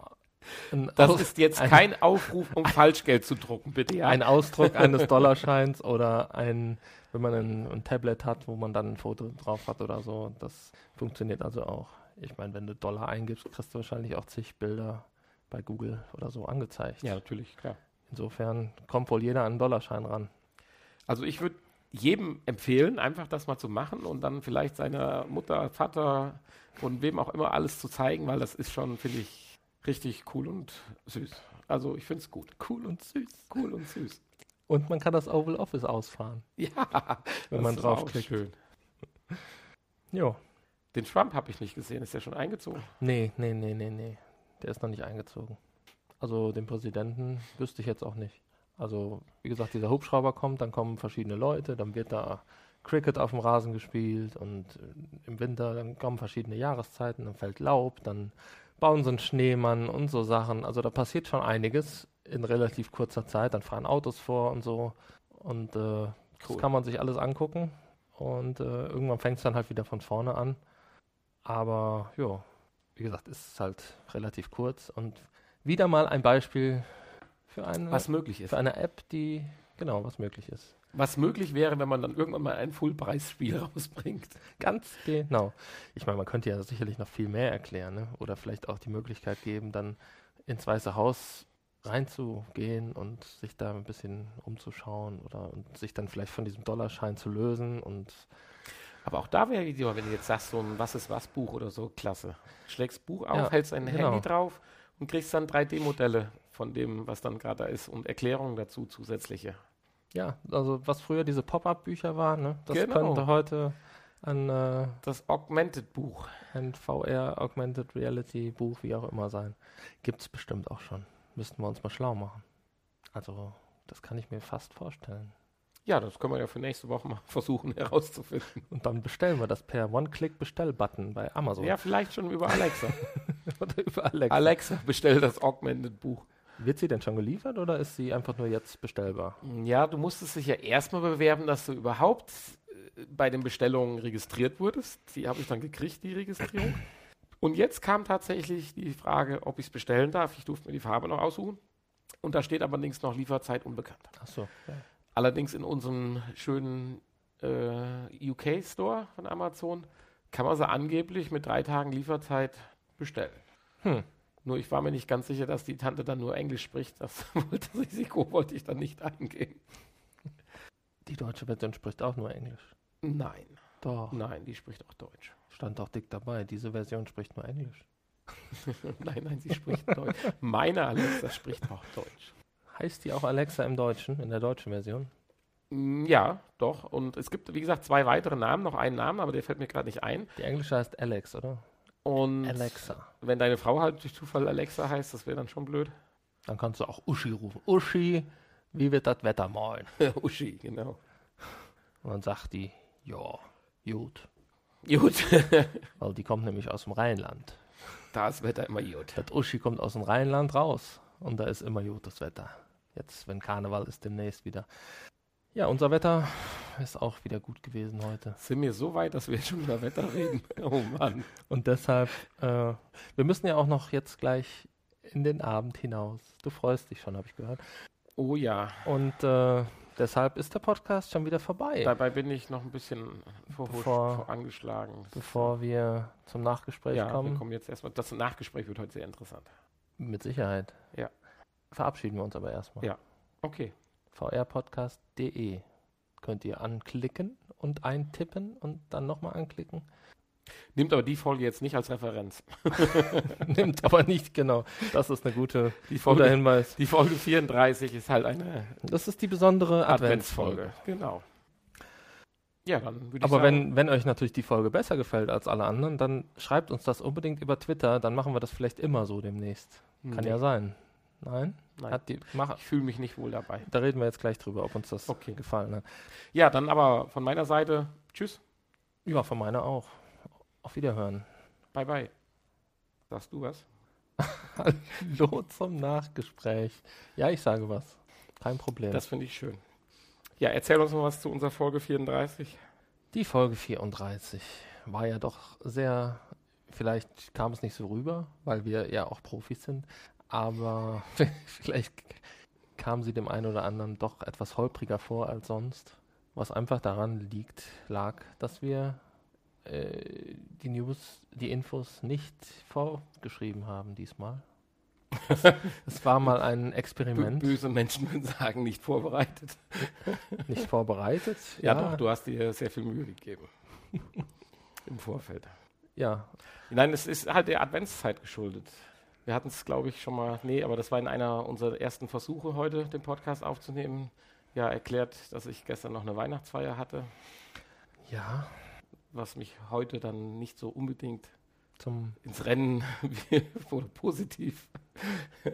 A: ein
B: Das
A: Oh Aus-
B: ist jetzt
A: ein-
B: kein Aufruf, um Falschgeld zu drucken, bitte. Ja.
A: ein Ausdruck eines Dollarscheins oder ein, wenn man ein, ein Tablet hat, wo man dann ein Foto drauf hat oder so. Das funktioniert also auch. Ich meine, wenn du Dollar eingibst, kriegst du wahrscheinlich auch zig Bilder bei Google oder so angezeigt.
B: ja, natürlich, klar.
A: Insofern kommt wohl jeder an einen Dollarschein ran.
B: Also ich würde jedem empfehlen, einfach das mal zu machen und dann vielleicht seiner Mutter, Vater und wem auch immer alles zu zeigen, weil das ist schon, finde ich, richtig cool und süß. Also ich finde es gut. Cool und süß. Cool und süß.
A: Und man kann das Oval Office ausfahren,
B: Ja,
A: wenn
B: das
A: man
B: ist auch
A: draufklickt.
B: Schön.
A: Jo.
B: Den Trump habe ich nicht gesehen, ist ja schon eingezogen.
A: Nee, nee, nee, nee, nee. Der ist noch nicht eingezogen. Also den Präsidenten wüsste ich jetzt auch nicht. Also, wie gesagt, dieser Hubschrauber kommt, dann kommen verschiedene Leute, dann wird da Cricket auf dem Rasen gespielt und äh, im Winter dann kommen verschiedene Jahreszeiten, dann fällt Laub, dann bauen sie einen Schneemann und so Sachen. Also da passiert schon einiges in relativ kurzer Zeit. Dann fahren Autos vor und so. Und äh, das
B: Cool.
A: kann man sich alles angucken. Und äh, irgendwann fängt es dann halt wieder von vorne an. Aber ja, wie gesagt, ist halt relativ kurz. Und wieder mal ein Beispiel für eine,
B: Was möglich ist.
A: für eine App, die genau was möglich ist.
B: Was möglich wäre, wenn man dann irgendwann mal ein Fullpreisspiel rausbringt.
A: Ganz genau. Ich meine, man könnte ja sicherlich noch viel mehr erklären ne? oder vielleicht auch die Möglichkeit geben, dann ins Weiße Haus reinzugehen und sich da ein bisschen umzuschauen oder und sich dann vielleicht von diesem Dollarschein zu lösen und
B: Aber auch da wäre die Idee, wenn du jetzt sagst, so ein Was ist was Buch oder so, klasse. Schlägst Buch auf,
A: Ja,
B: hältst ein
A: genau.
B: Handy drauf und kriegst dann 3D-Modelle von dem, was dann gerade da ist und Erklärungen dazu zusätzliche.
A: ja, also was früher diese Pop-up-Bücher waren, ne? das
B: Genau.
A: könnte heute ein, äh,
B: Das Augmented Buch.
A: ein VR Augmented Reality Buch, wie auch immer sein. Gibt es bestimmt auch schon. Müssten wir uns mal schlau machen. Also das kann ich mir fast vorstellen.
B: Ja, das können wir ja für nächste Woche mal versuchen herauszufinden.
A: Und dann bestellen wir das per One-Click-Bestell-Button bei Amazon
B: Ja, vielleicht schon über Alexa.
A: oder über Alexa.
B: Alexa, bestell das Augmented Buch.
A: Wird sie denn schon geliefert oder ist sie einfach nur jetzt bestellbar?
B: Ja, du musstest dich ja erstmal bewerben, dass du überhaupt äh, bei den Bestellungen registriert wurdest. Die habe ich dann gekriegt, die Registrierung. Und jetzt kam tatsächlich die Frage, ob ich es bestellen darf. Ich durfte mir die Farbe noch aussuchen. Und da steht allerdings noch Lieferzeit unbekannt.
A: Achso. Ja.
B: Allerdings in unserem schönen äh, UK-Store von Amazon kann man sie angeblich mit drei Tagen Lieferzeit bestellen.
A: Hm.
B: Nur ich war mir nicht ganz sicher, dass die Tante dann nur Englisch spricht. Das wollte- Risiko wollte ich dann nicht eingehen.
A: Die deutsche Version spricht auch nur Englisch.
B: Nein.
A: Doch.
B: Nein, die spricht auch Deutsch.
A: Stand auch dick dabei. Diese Version spricht nur Englisch.
B: nein, nein, sie spricht Deutsch. Meine Alexa spricht auch Deutsch.
A: Heißt die auch Alexa im Deutschen, in der deutschen Version?
B: Mm, Ja, doch. Und es gibt, wie gesagt, zwei weitere Namen, noch einen Namen, aber der fällt mir gerade nicht ein.
A: Die englische heißt Alex, oder?
B: Und
A: Alexa.
B: wenn deine Frau halt durch Zufall Alexa heißt, das wäre dann schon blöd.
A: Dann kannst du auch Uschi rufen. Uschi, wie wird das Wetter morgen?
B: Uschi, genau.
A: Und dann sagt die, ja, gut.
B: Gut.
A: Weil die kommt nämlich aus dem Rheinland.
B: da ist Wetter immer gut.
A: Das Uschi kommt aus dem Rheinland raus und da ist immer gutes Wetter. Jetzt, wenn Karneval ist, demnächst wieder. Ja, unser Wetter ist auch wieder gut gewesen heute.
B: Sind wir so weit, dass wir jetzt schon über Wetter reden? Oh Mann.
A: Und deshalb, äh, wir müssen ja auch noch jetzt gleich in den Abend hinaus. Du freust dich schon, habe ich gehört.
B: Oh ja.
A: Und äh, deshalb ist der Podcast schon wieder vorbei,
B: Dabei bin ich noch ein bisschen vorhuscht,
A: Bevor-
B: vor angeschlagen.
A: bevor wir zum Nachgespräch
B: ja, wir
A: kommen.
B: kommen jetzt erstmal. Das Nachgespräch wird heute sehr interessant.
A: Mit Sicherheit.
B: Ja.
A: Verabschieden wir uns aber erstmal.
B: Ja. Okay.
A: vrpodcast.de. E Könnt ihr anklicken und eintippen und dann nochmal anklicken.
B: Nimmt aber die Folge jetzt nicht als Referenz.
A: Nimmt aber nicht, genau. Das ist eine gute,
B: Die
A: guter
B: Folge,
A: Hinweis.
B: die Folge 34 ist halt eine
A: Das ist die besondere Adventsfolge.
B: Adventsfolge. Genau. Ja, dann würde ich
A: Aber
B: sagen,
A: wenn, wenn euch natürlich die Folge besser gefällt als alle anderen, dann schreibt uns das unbedingt über Twitter. Dann machen wir das vielleicht immer so demnächst.
B: wenn
A: Kann ja sein. Nein?
B: Nein.
A: Hat die, mach,
B: ich fühle mich nicht wohl dabei.
A: da reden wir jetzt gleich drüber, ob uns das
B: Okay.
A: gefallen hat.
B: Ja, dann aber von meiner Seite, tschüss,
A: Ja, von meiner auch. Auf Wiederhören.
B: bye bye. Sagst du was?
A: Hallo zum Nachgespräch. Ja, ich sage was. Kein Problem.
B: Das finde ich schön. Ja, erzähl uns mal was zu unserer Folge 34.
A: Die Folge 34 war ja doch sehr, vielleicht kam es nicht so rüber, weil wir ja auch Profis sind, aber vielleicht kam sie dem einen oder anderen doch etwas holpriger vor als sonst, was einfach daran liegt, lag, dass wir äh, die News, die Infos nicht vorgeschrieben haben diesmal. Es war mal ein
B: Bö
A: Experiment,
B: böse Menschen würden sagen, nicht vorbereitet.
A: nicht vorbereitet.
B: Ja, doch, du hast dir sehr viel Mühe gegeben. Im Vorfeld.
A: ja,
B: Nein, es ist halt der Adventszeit geschuldet. Wir hatten es, glaube ich, schon mal, nee, aber das war in einer unserer ersten Versuche heute, den Podcast aufzunehmen. Ja, erklärt, dass ich gestern noch eine Weihnachtsfeier hatte,
A: ja,
B: was mich heute dann nicht so unbedingt
A: zum
B: ins Rennen oder positiv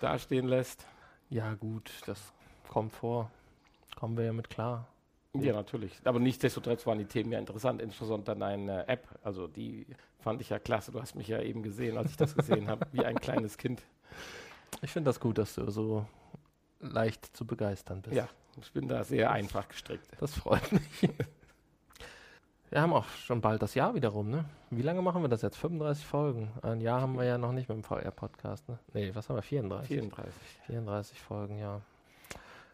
B: dastehen lässt.
A: Ja, gut, das kommt vor. Kommen wir ja mit klar.
B: Ja, natürlich. Aber nichtsdestotrotz waren die Themen ja interessant, insbesondere deine App. Also die fand ich ja klasse. Du hast mich ja eben gesehen, als ich das gesehen habe, wie ein kleines Kind.
A: Ich finde das gut, dass du so leicht zu begeistern bist.
B: Ja, ich bin da sehr einfach gestrickt.
A: Das freut mich. Wir haben auch schon bald das Jahr wieder rum, ne? Wie lange machen wir das jetzt? 35 Folgen. Ein Jahr haben wir ja noch nicht mit dem VR-Podcast, ne? Nee, was haben wir? 34?
B: 34.
A: 34 Folgen, ja.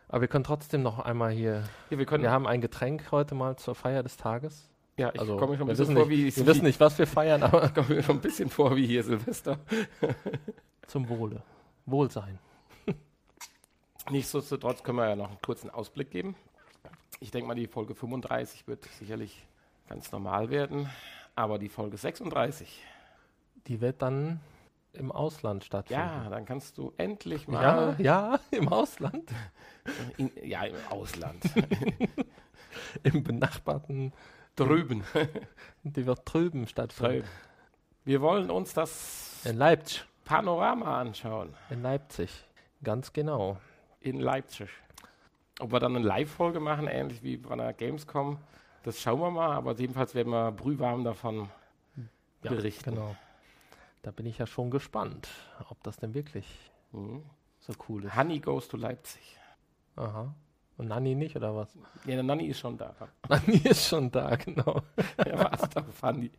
A: Aber wir können trotzdem noch einmal hier.
B: Ja, wir können.
A: Wir haben ein Getränk heute mal zur Feier des Tages.
B: ja ich
A: also,
B: komme mir schon
A: wir
B: ein bisschen
A: wissen
B: vor,
A: nicht,
B: wie
A: Wir wissen nicht, was wir feiern, aber
B: Ich komme mir schon ein bisschen vor wie hier Silvester.
A: zum Wohle. Wohlsein.
B: Nichtsdestotrotz können wir ja noch einen kurzen Ausblick geben. Ich denke mal, die Folge 35 wird sicherlich ganz normal werden. Aber die Folge 36,
A: Die wird dann im Ausland
B: ja, Ah.
A: stattfinden.
B: dann kannst du endlich
A: ja,
B: mal
A: ja, im Ausland.
B: in, ja im Ausland
A: Im benachbarten,
B: drüben.
A: die wird drüben stattfinden.
B: drüben. Wir wollen uns das
A: In Leipzig.
B: Panorama anschauen
A: In Leipzig. Ganz genau.
B: in Leipzig. Ob wir dann eine Live-Folge machen, ähnlich wie bei einer Gamescom, das schauen wir mal. Aber jedenfalls werden wir brühwarm davon berichten.
A: Genau. Da bin ich ja schon gespannt, ob das denn wirklich
B: Mhm.
A: so cool ist.
B: Honey goes to Leipzig.
A: Aha. Und Nanni nicht, oder was?
B: Ja, der Nanni ist schon da.
A: Nanni ist schon da, genau.
B: Er wartet auf Hanni.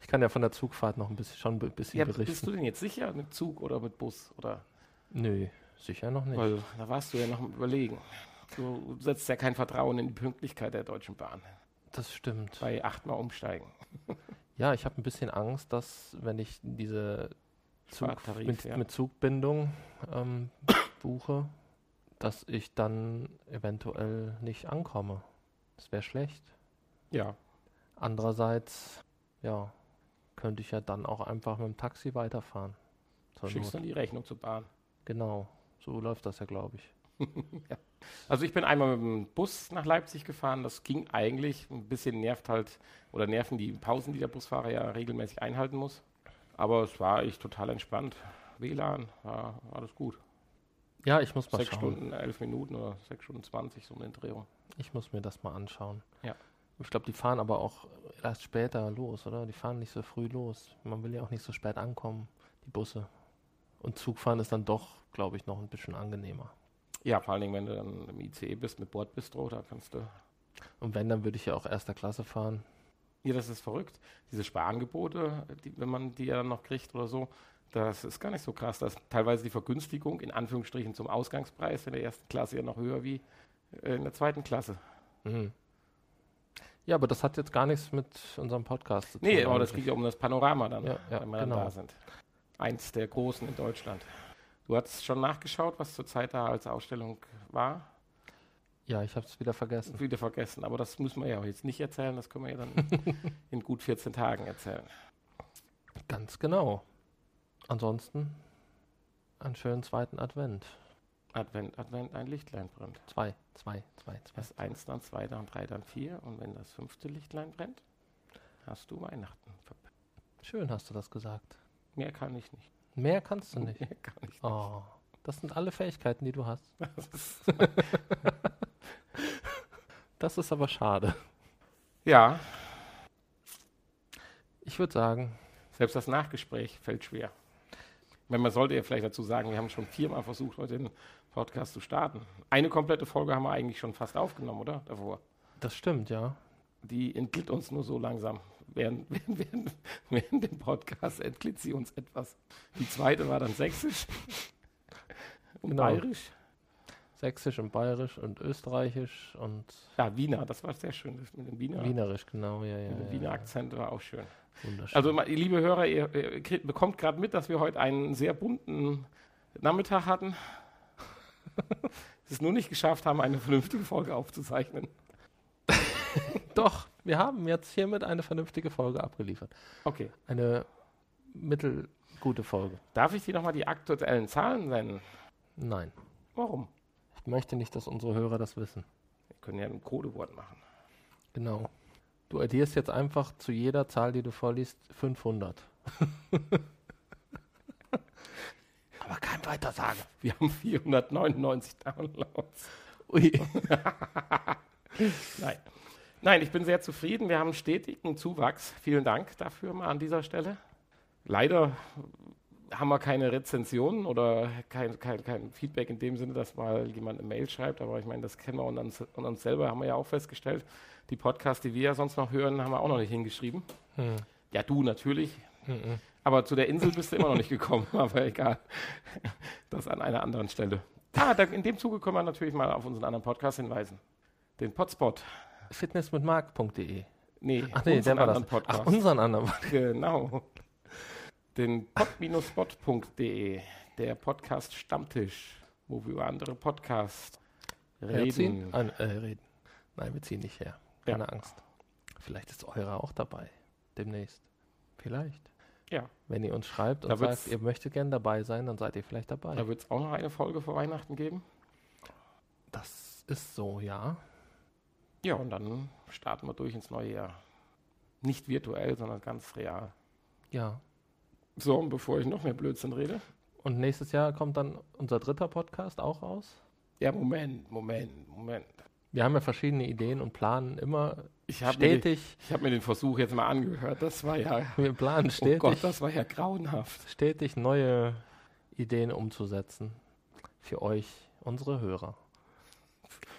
A: Ich kann ja von der Zugfahrt noch ein bisschen, schon ein bisschen
B: Ja, bist
A: berichten.
B: du denn jetzt sicher mit Zug oder mit Bus? Oder?
A: Nö, sicher noch nicht.
B: Weil da warst du ja noch am Überlegen. Du setzt ja kein Vertrauen in die Pünktlichkeit der Deutschen Bahn
A: Das stimmt.
B: bei achtmal umsteigen.
A: Ja, ich habe ein bisschen Angst, dass wenn ich diese Zug,
B: Fahrtarif,
A: mit,
B: ja.
A: mit Zugbindung ähm, buche, dass ich dann eventuell nicht ankomme. Das wäre schlecht.
B: Ja.
A: Andererseits, ja, könnte ich ja dann auch einfach mit dem Taxi weiterfahren. Zur
B: Schickst
A: Not.
B: dann die Rechnung zur Bahn.
A: Genau, so läuft das ja, glaube ich.
B: Also ich bin einmal mit dem Bus nach Leipzig gefahren. Das ging eigentlich. Ein bisschen nervt halt oder nerven die Pausen, die der Busfahrer ja regelmäßig einhalten muss. Aber es war echt total entspannt. WLAN, war alles gut.
A: Ja, ich muss mal
B: Sechs
A: schauen.
B: Stunden, elf Minuten oder sechs Stunden zwanzig, so um den Dreh rum.
A: Ich muss mir das mal anschauen.
B: Ja.
A: Ich glaube, die fahren aber auch erst später los, oder? Die fahren nicht so früh los. Man will ja auch nicht so spät ankommen, die Busse. Und Zugfahren ist dann doch, glaube ich, noch ein bisschen angenehmer.
B: Ja, vor allen Dingen, wenn du dann im ICE bist, mit Bordbistro, da kannst du.
A: Und wenn, dann würde ich ja auch erster Klasse fahren.
B: Ja, das ist verrückt. Diese Sparangebote, die, wenn man die ja dann noch kriegt oder so, das ist gar nicht so krass. Da ist teilweise die Vergünstigung, in Anführungsstrichen, zum Ausgangspreis in der ersten Klasse ja noch höher wie äh, in der zweiten Klasse.
A: Mhm. Ja, aber das hat jetzt gar nichts mit unserem Podcast zu tun.
B: Nee, aber das
A: eigentlich.
B: geht ja um das Panorama dann,
A: Ja, ja,
B: wenn wir
A: genau.
B: dann da sind. Eins der großen in Deutschland. Du hast schon nachgeschaut, was zurzeit da als Ausstellung war.
A: Ja, ich habe es wieder vergessen.
B: Wieder vergessen, aber das müssen wir ja auch jetzt nicht erzählen, das können wir ja dann in gut 14 Tagen erzählen.
A: Ganz genau. Ansonsten einen schönen zweiten Advent.
B: Advent, Advent, ein Lichtlein brennt.
A: Zwei, zwei, zwei, zwei.
B: Erst eins, dann zwei, dann drei, dann vier. Und wenn das fünfte Lichtlein brennt, hast du Weihnachten. verpasst.
A: Schön hast du das gesagt.
B: Mehr kann ich nicht.
A: Mehr kannst du nicht.
B: Mehr kann ich nicht.
A: Oh, das sind alle Fähigkeiten, die du hast.
B: Das ist-
A: Das ist aber schade.
B: ja,
A: Ich würde sagen,
B: selbst das Nachgespräch fällt schwer. Wenn man sollte ja vielleicht dazu sagen, wir haben schon viermal versucht, heute den Podcast zu starten. Eine komplette Folge haben wir eigentlich schon fast aufgenommen, oder? Davor.
A: das stimmt, ja.
B: Die entglitt uns nur so langsam. Während, während, während, während dem Podcast entglitt sie uns etwas. Die zweite war dann sächsisch und
A: Genau.
B: bayerisch.
A: Sächsisch und Bayerisch und Österreichisch und
B: Ja, Wiener, das war sehr schön. Das mit dem Wiener,
A: Wienerisch, genau, ja, ja.
B: mit dem
A: ja,
B: Wiener
A: ja.
B: Akzent war auch schön.
A: Wunderschön.
B: Also, ma- liebe Hörer, ihr, ihr kriegt- bekommt gerade mit, dass wir heute einen sehr bunten Nachmittag hatten. es nur nicht geschafft haben, eine vernünftige Folge aufzuzeichnen.
A: Doch, wir haben jetzt hiermit eine vernünftige Folge abgeliefert.
B: Okay.
A: Eine mittelgute Folge.
B: Darf ich dir nochmal die aktuellen Zahlen nennen?
A: Nein,
B: Warum?
A: ich möchte nicht, dass unsere Hörer das wissen.
B: Wir können ja ein Codewort machen.
A: Genau. Du addierst jetzt einfach zu jeder Zahl, die du vorliest, 500. aber kein weiter sagen.
B: Wir haben 499 Downloads.
A: Ui.
B: Nein. Nein, ich bin sehr zufrieden. Wir haben einen stetigen Zuwachs. Vielen Dank dafür mal an dieser Stelle. Leider haben wir keine Rezensionen oder kein, kein, kein Feedback in dem Sinne, dass mal jemand eine Mail schreibt. Aber ich meine, das kennen wir und uns, und uns selber haben wir ja auch festgestellt. Die Podcasts, die wir ja sonst noch hören, haben wir auch noch nicht hingeschrieben. Ja, du natürlich. Aber zu der Insel bist du immer noch nicht gekommen, aber egal. Das an einer anderen Stelle. Ah, da, in dem Zuge können wir natürlich mal auf unseren anderen Podcast hinweisen. Den Podspot.
A: Fitnessmitmark.de.
B: Nee,
A: Ach nee, der
B: unseren
A: war das.
B: anderen Podcast.
A: Ach, unseren anderen.
B: Genau. Den pod-spot.de, der Podcast Stammtisch, wo wir über andere Podcasts
A: Herziehen?
B: reden.
A: Ah, äh, reden. Nein, wir ziehen nicht her. Keine
B: Ja.
A: Angst. Vielleicht ist eurer auch dabei. Demnächst. Vielleicht.
B: Ja.
A: Wenn ihr uns schreibt und
B: Da wird's-
A: sagt, ihr möchtet gerne dabei sein, dann seid ihr vielleicht dabei.
B: Da wird es auch noch eine Folge vor Weihnachten geben.
A: das ist so, ja.
B: Ja, und dann starten wir durch ins neue Jahr. Nicht virtuell, sondern ganz real.
A: Ja.
B: So, und bevor ich noch mehr Blödsinn rede.
A: Und nächstes Jahr kommt dann unser dritter Podcast auch raus.
B: Ja, Moment, Moment, Moment.
A: Wir haben ja verschiedene Ideen und planen immer
B: Ich habe mir, die-
A: stetig.
B: ich hab mir den Versuch jetzt mal angehört. Das war ja,
A: Wir planen
B: oh
A: stetig,
B: Gott, das war ja grauenhaft.
A: stetig neue Ideen umzusetzen. Für euch, unsere Hörer.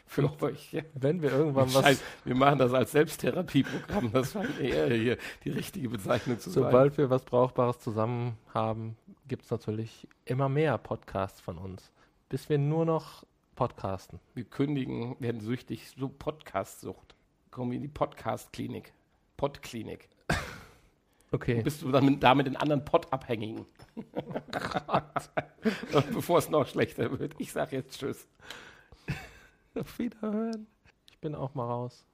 B: Für euch. Ja.
A: Wenn wir irgendwann was.
B: Scheiße, wir machen das als Selbsttherapieprogramm. Das scheint eher hier die richtige Bezeichnung zu sein.
A: Sobald wir was Brauchbares zusammen haben, gibt es natürlich immer mehr Podcasts von uns, bis wir nur noch podcasten.
B: Wir kündigen, werden süchtig, so Podcast-Sucht. Kommen wir in die Podcast-Klinik. Pod-Klinik.
A: Okay,
B: Bist du damit, damit in anderen Pod-Abhängigen? Und Bevor es noch schlechter wird. Ich sage jetzt Tschüss.
A: auf Wiederhören. Ich bin auch mal raus.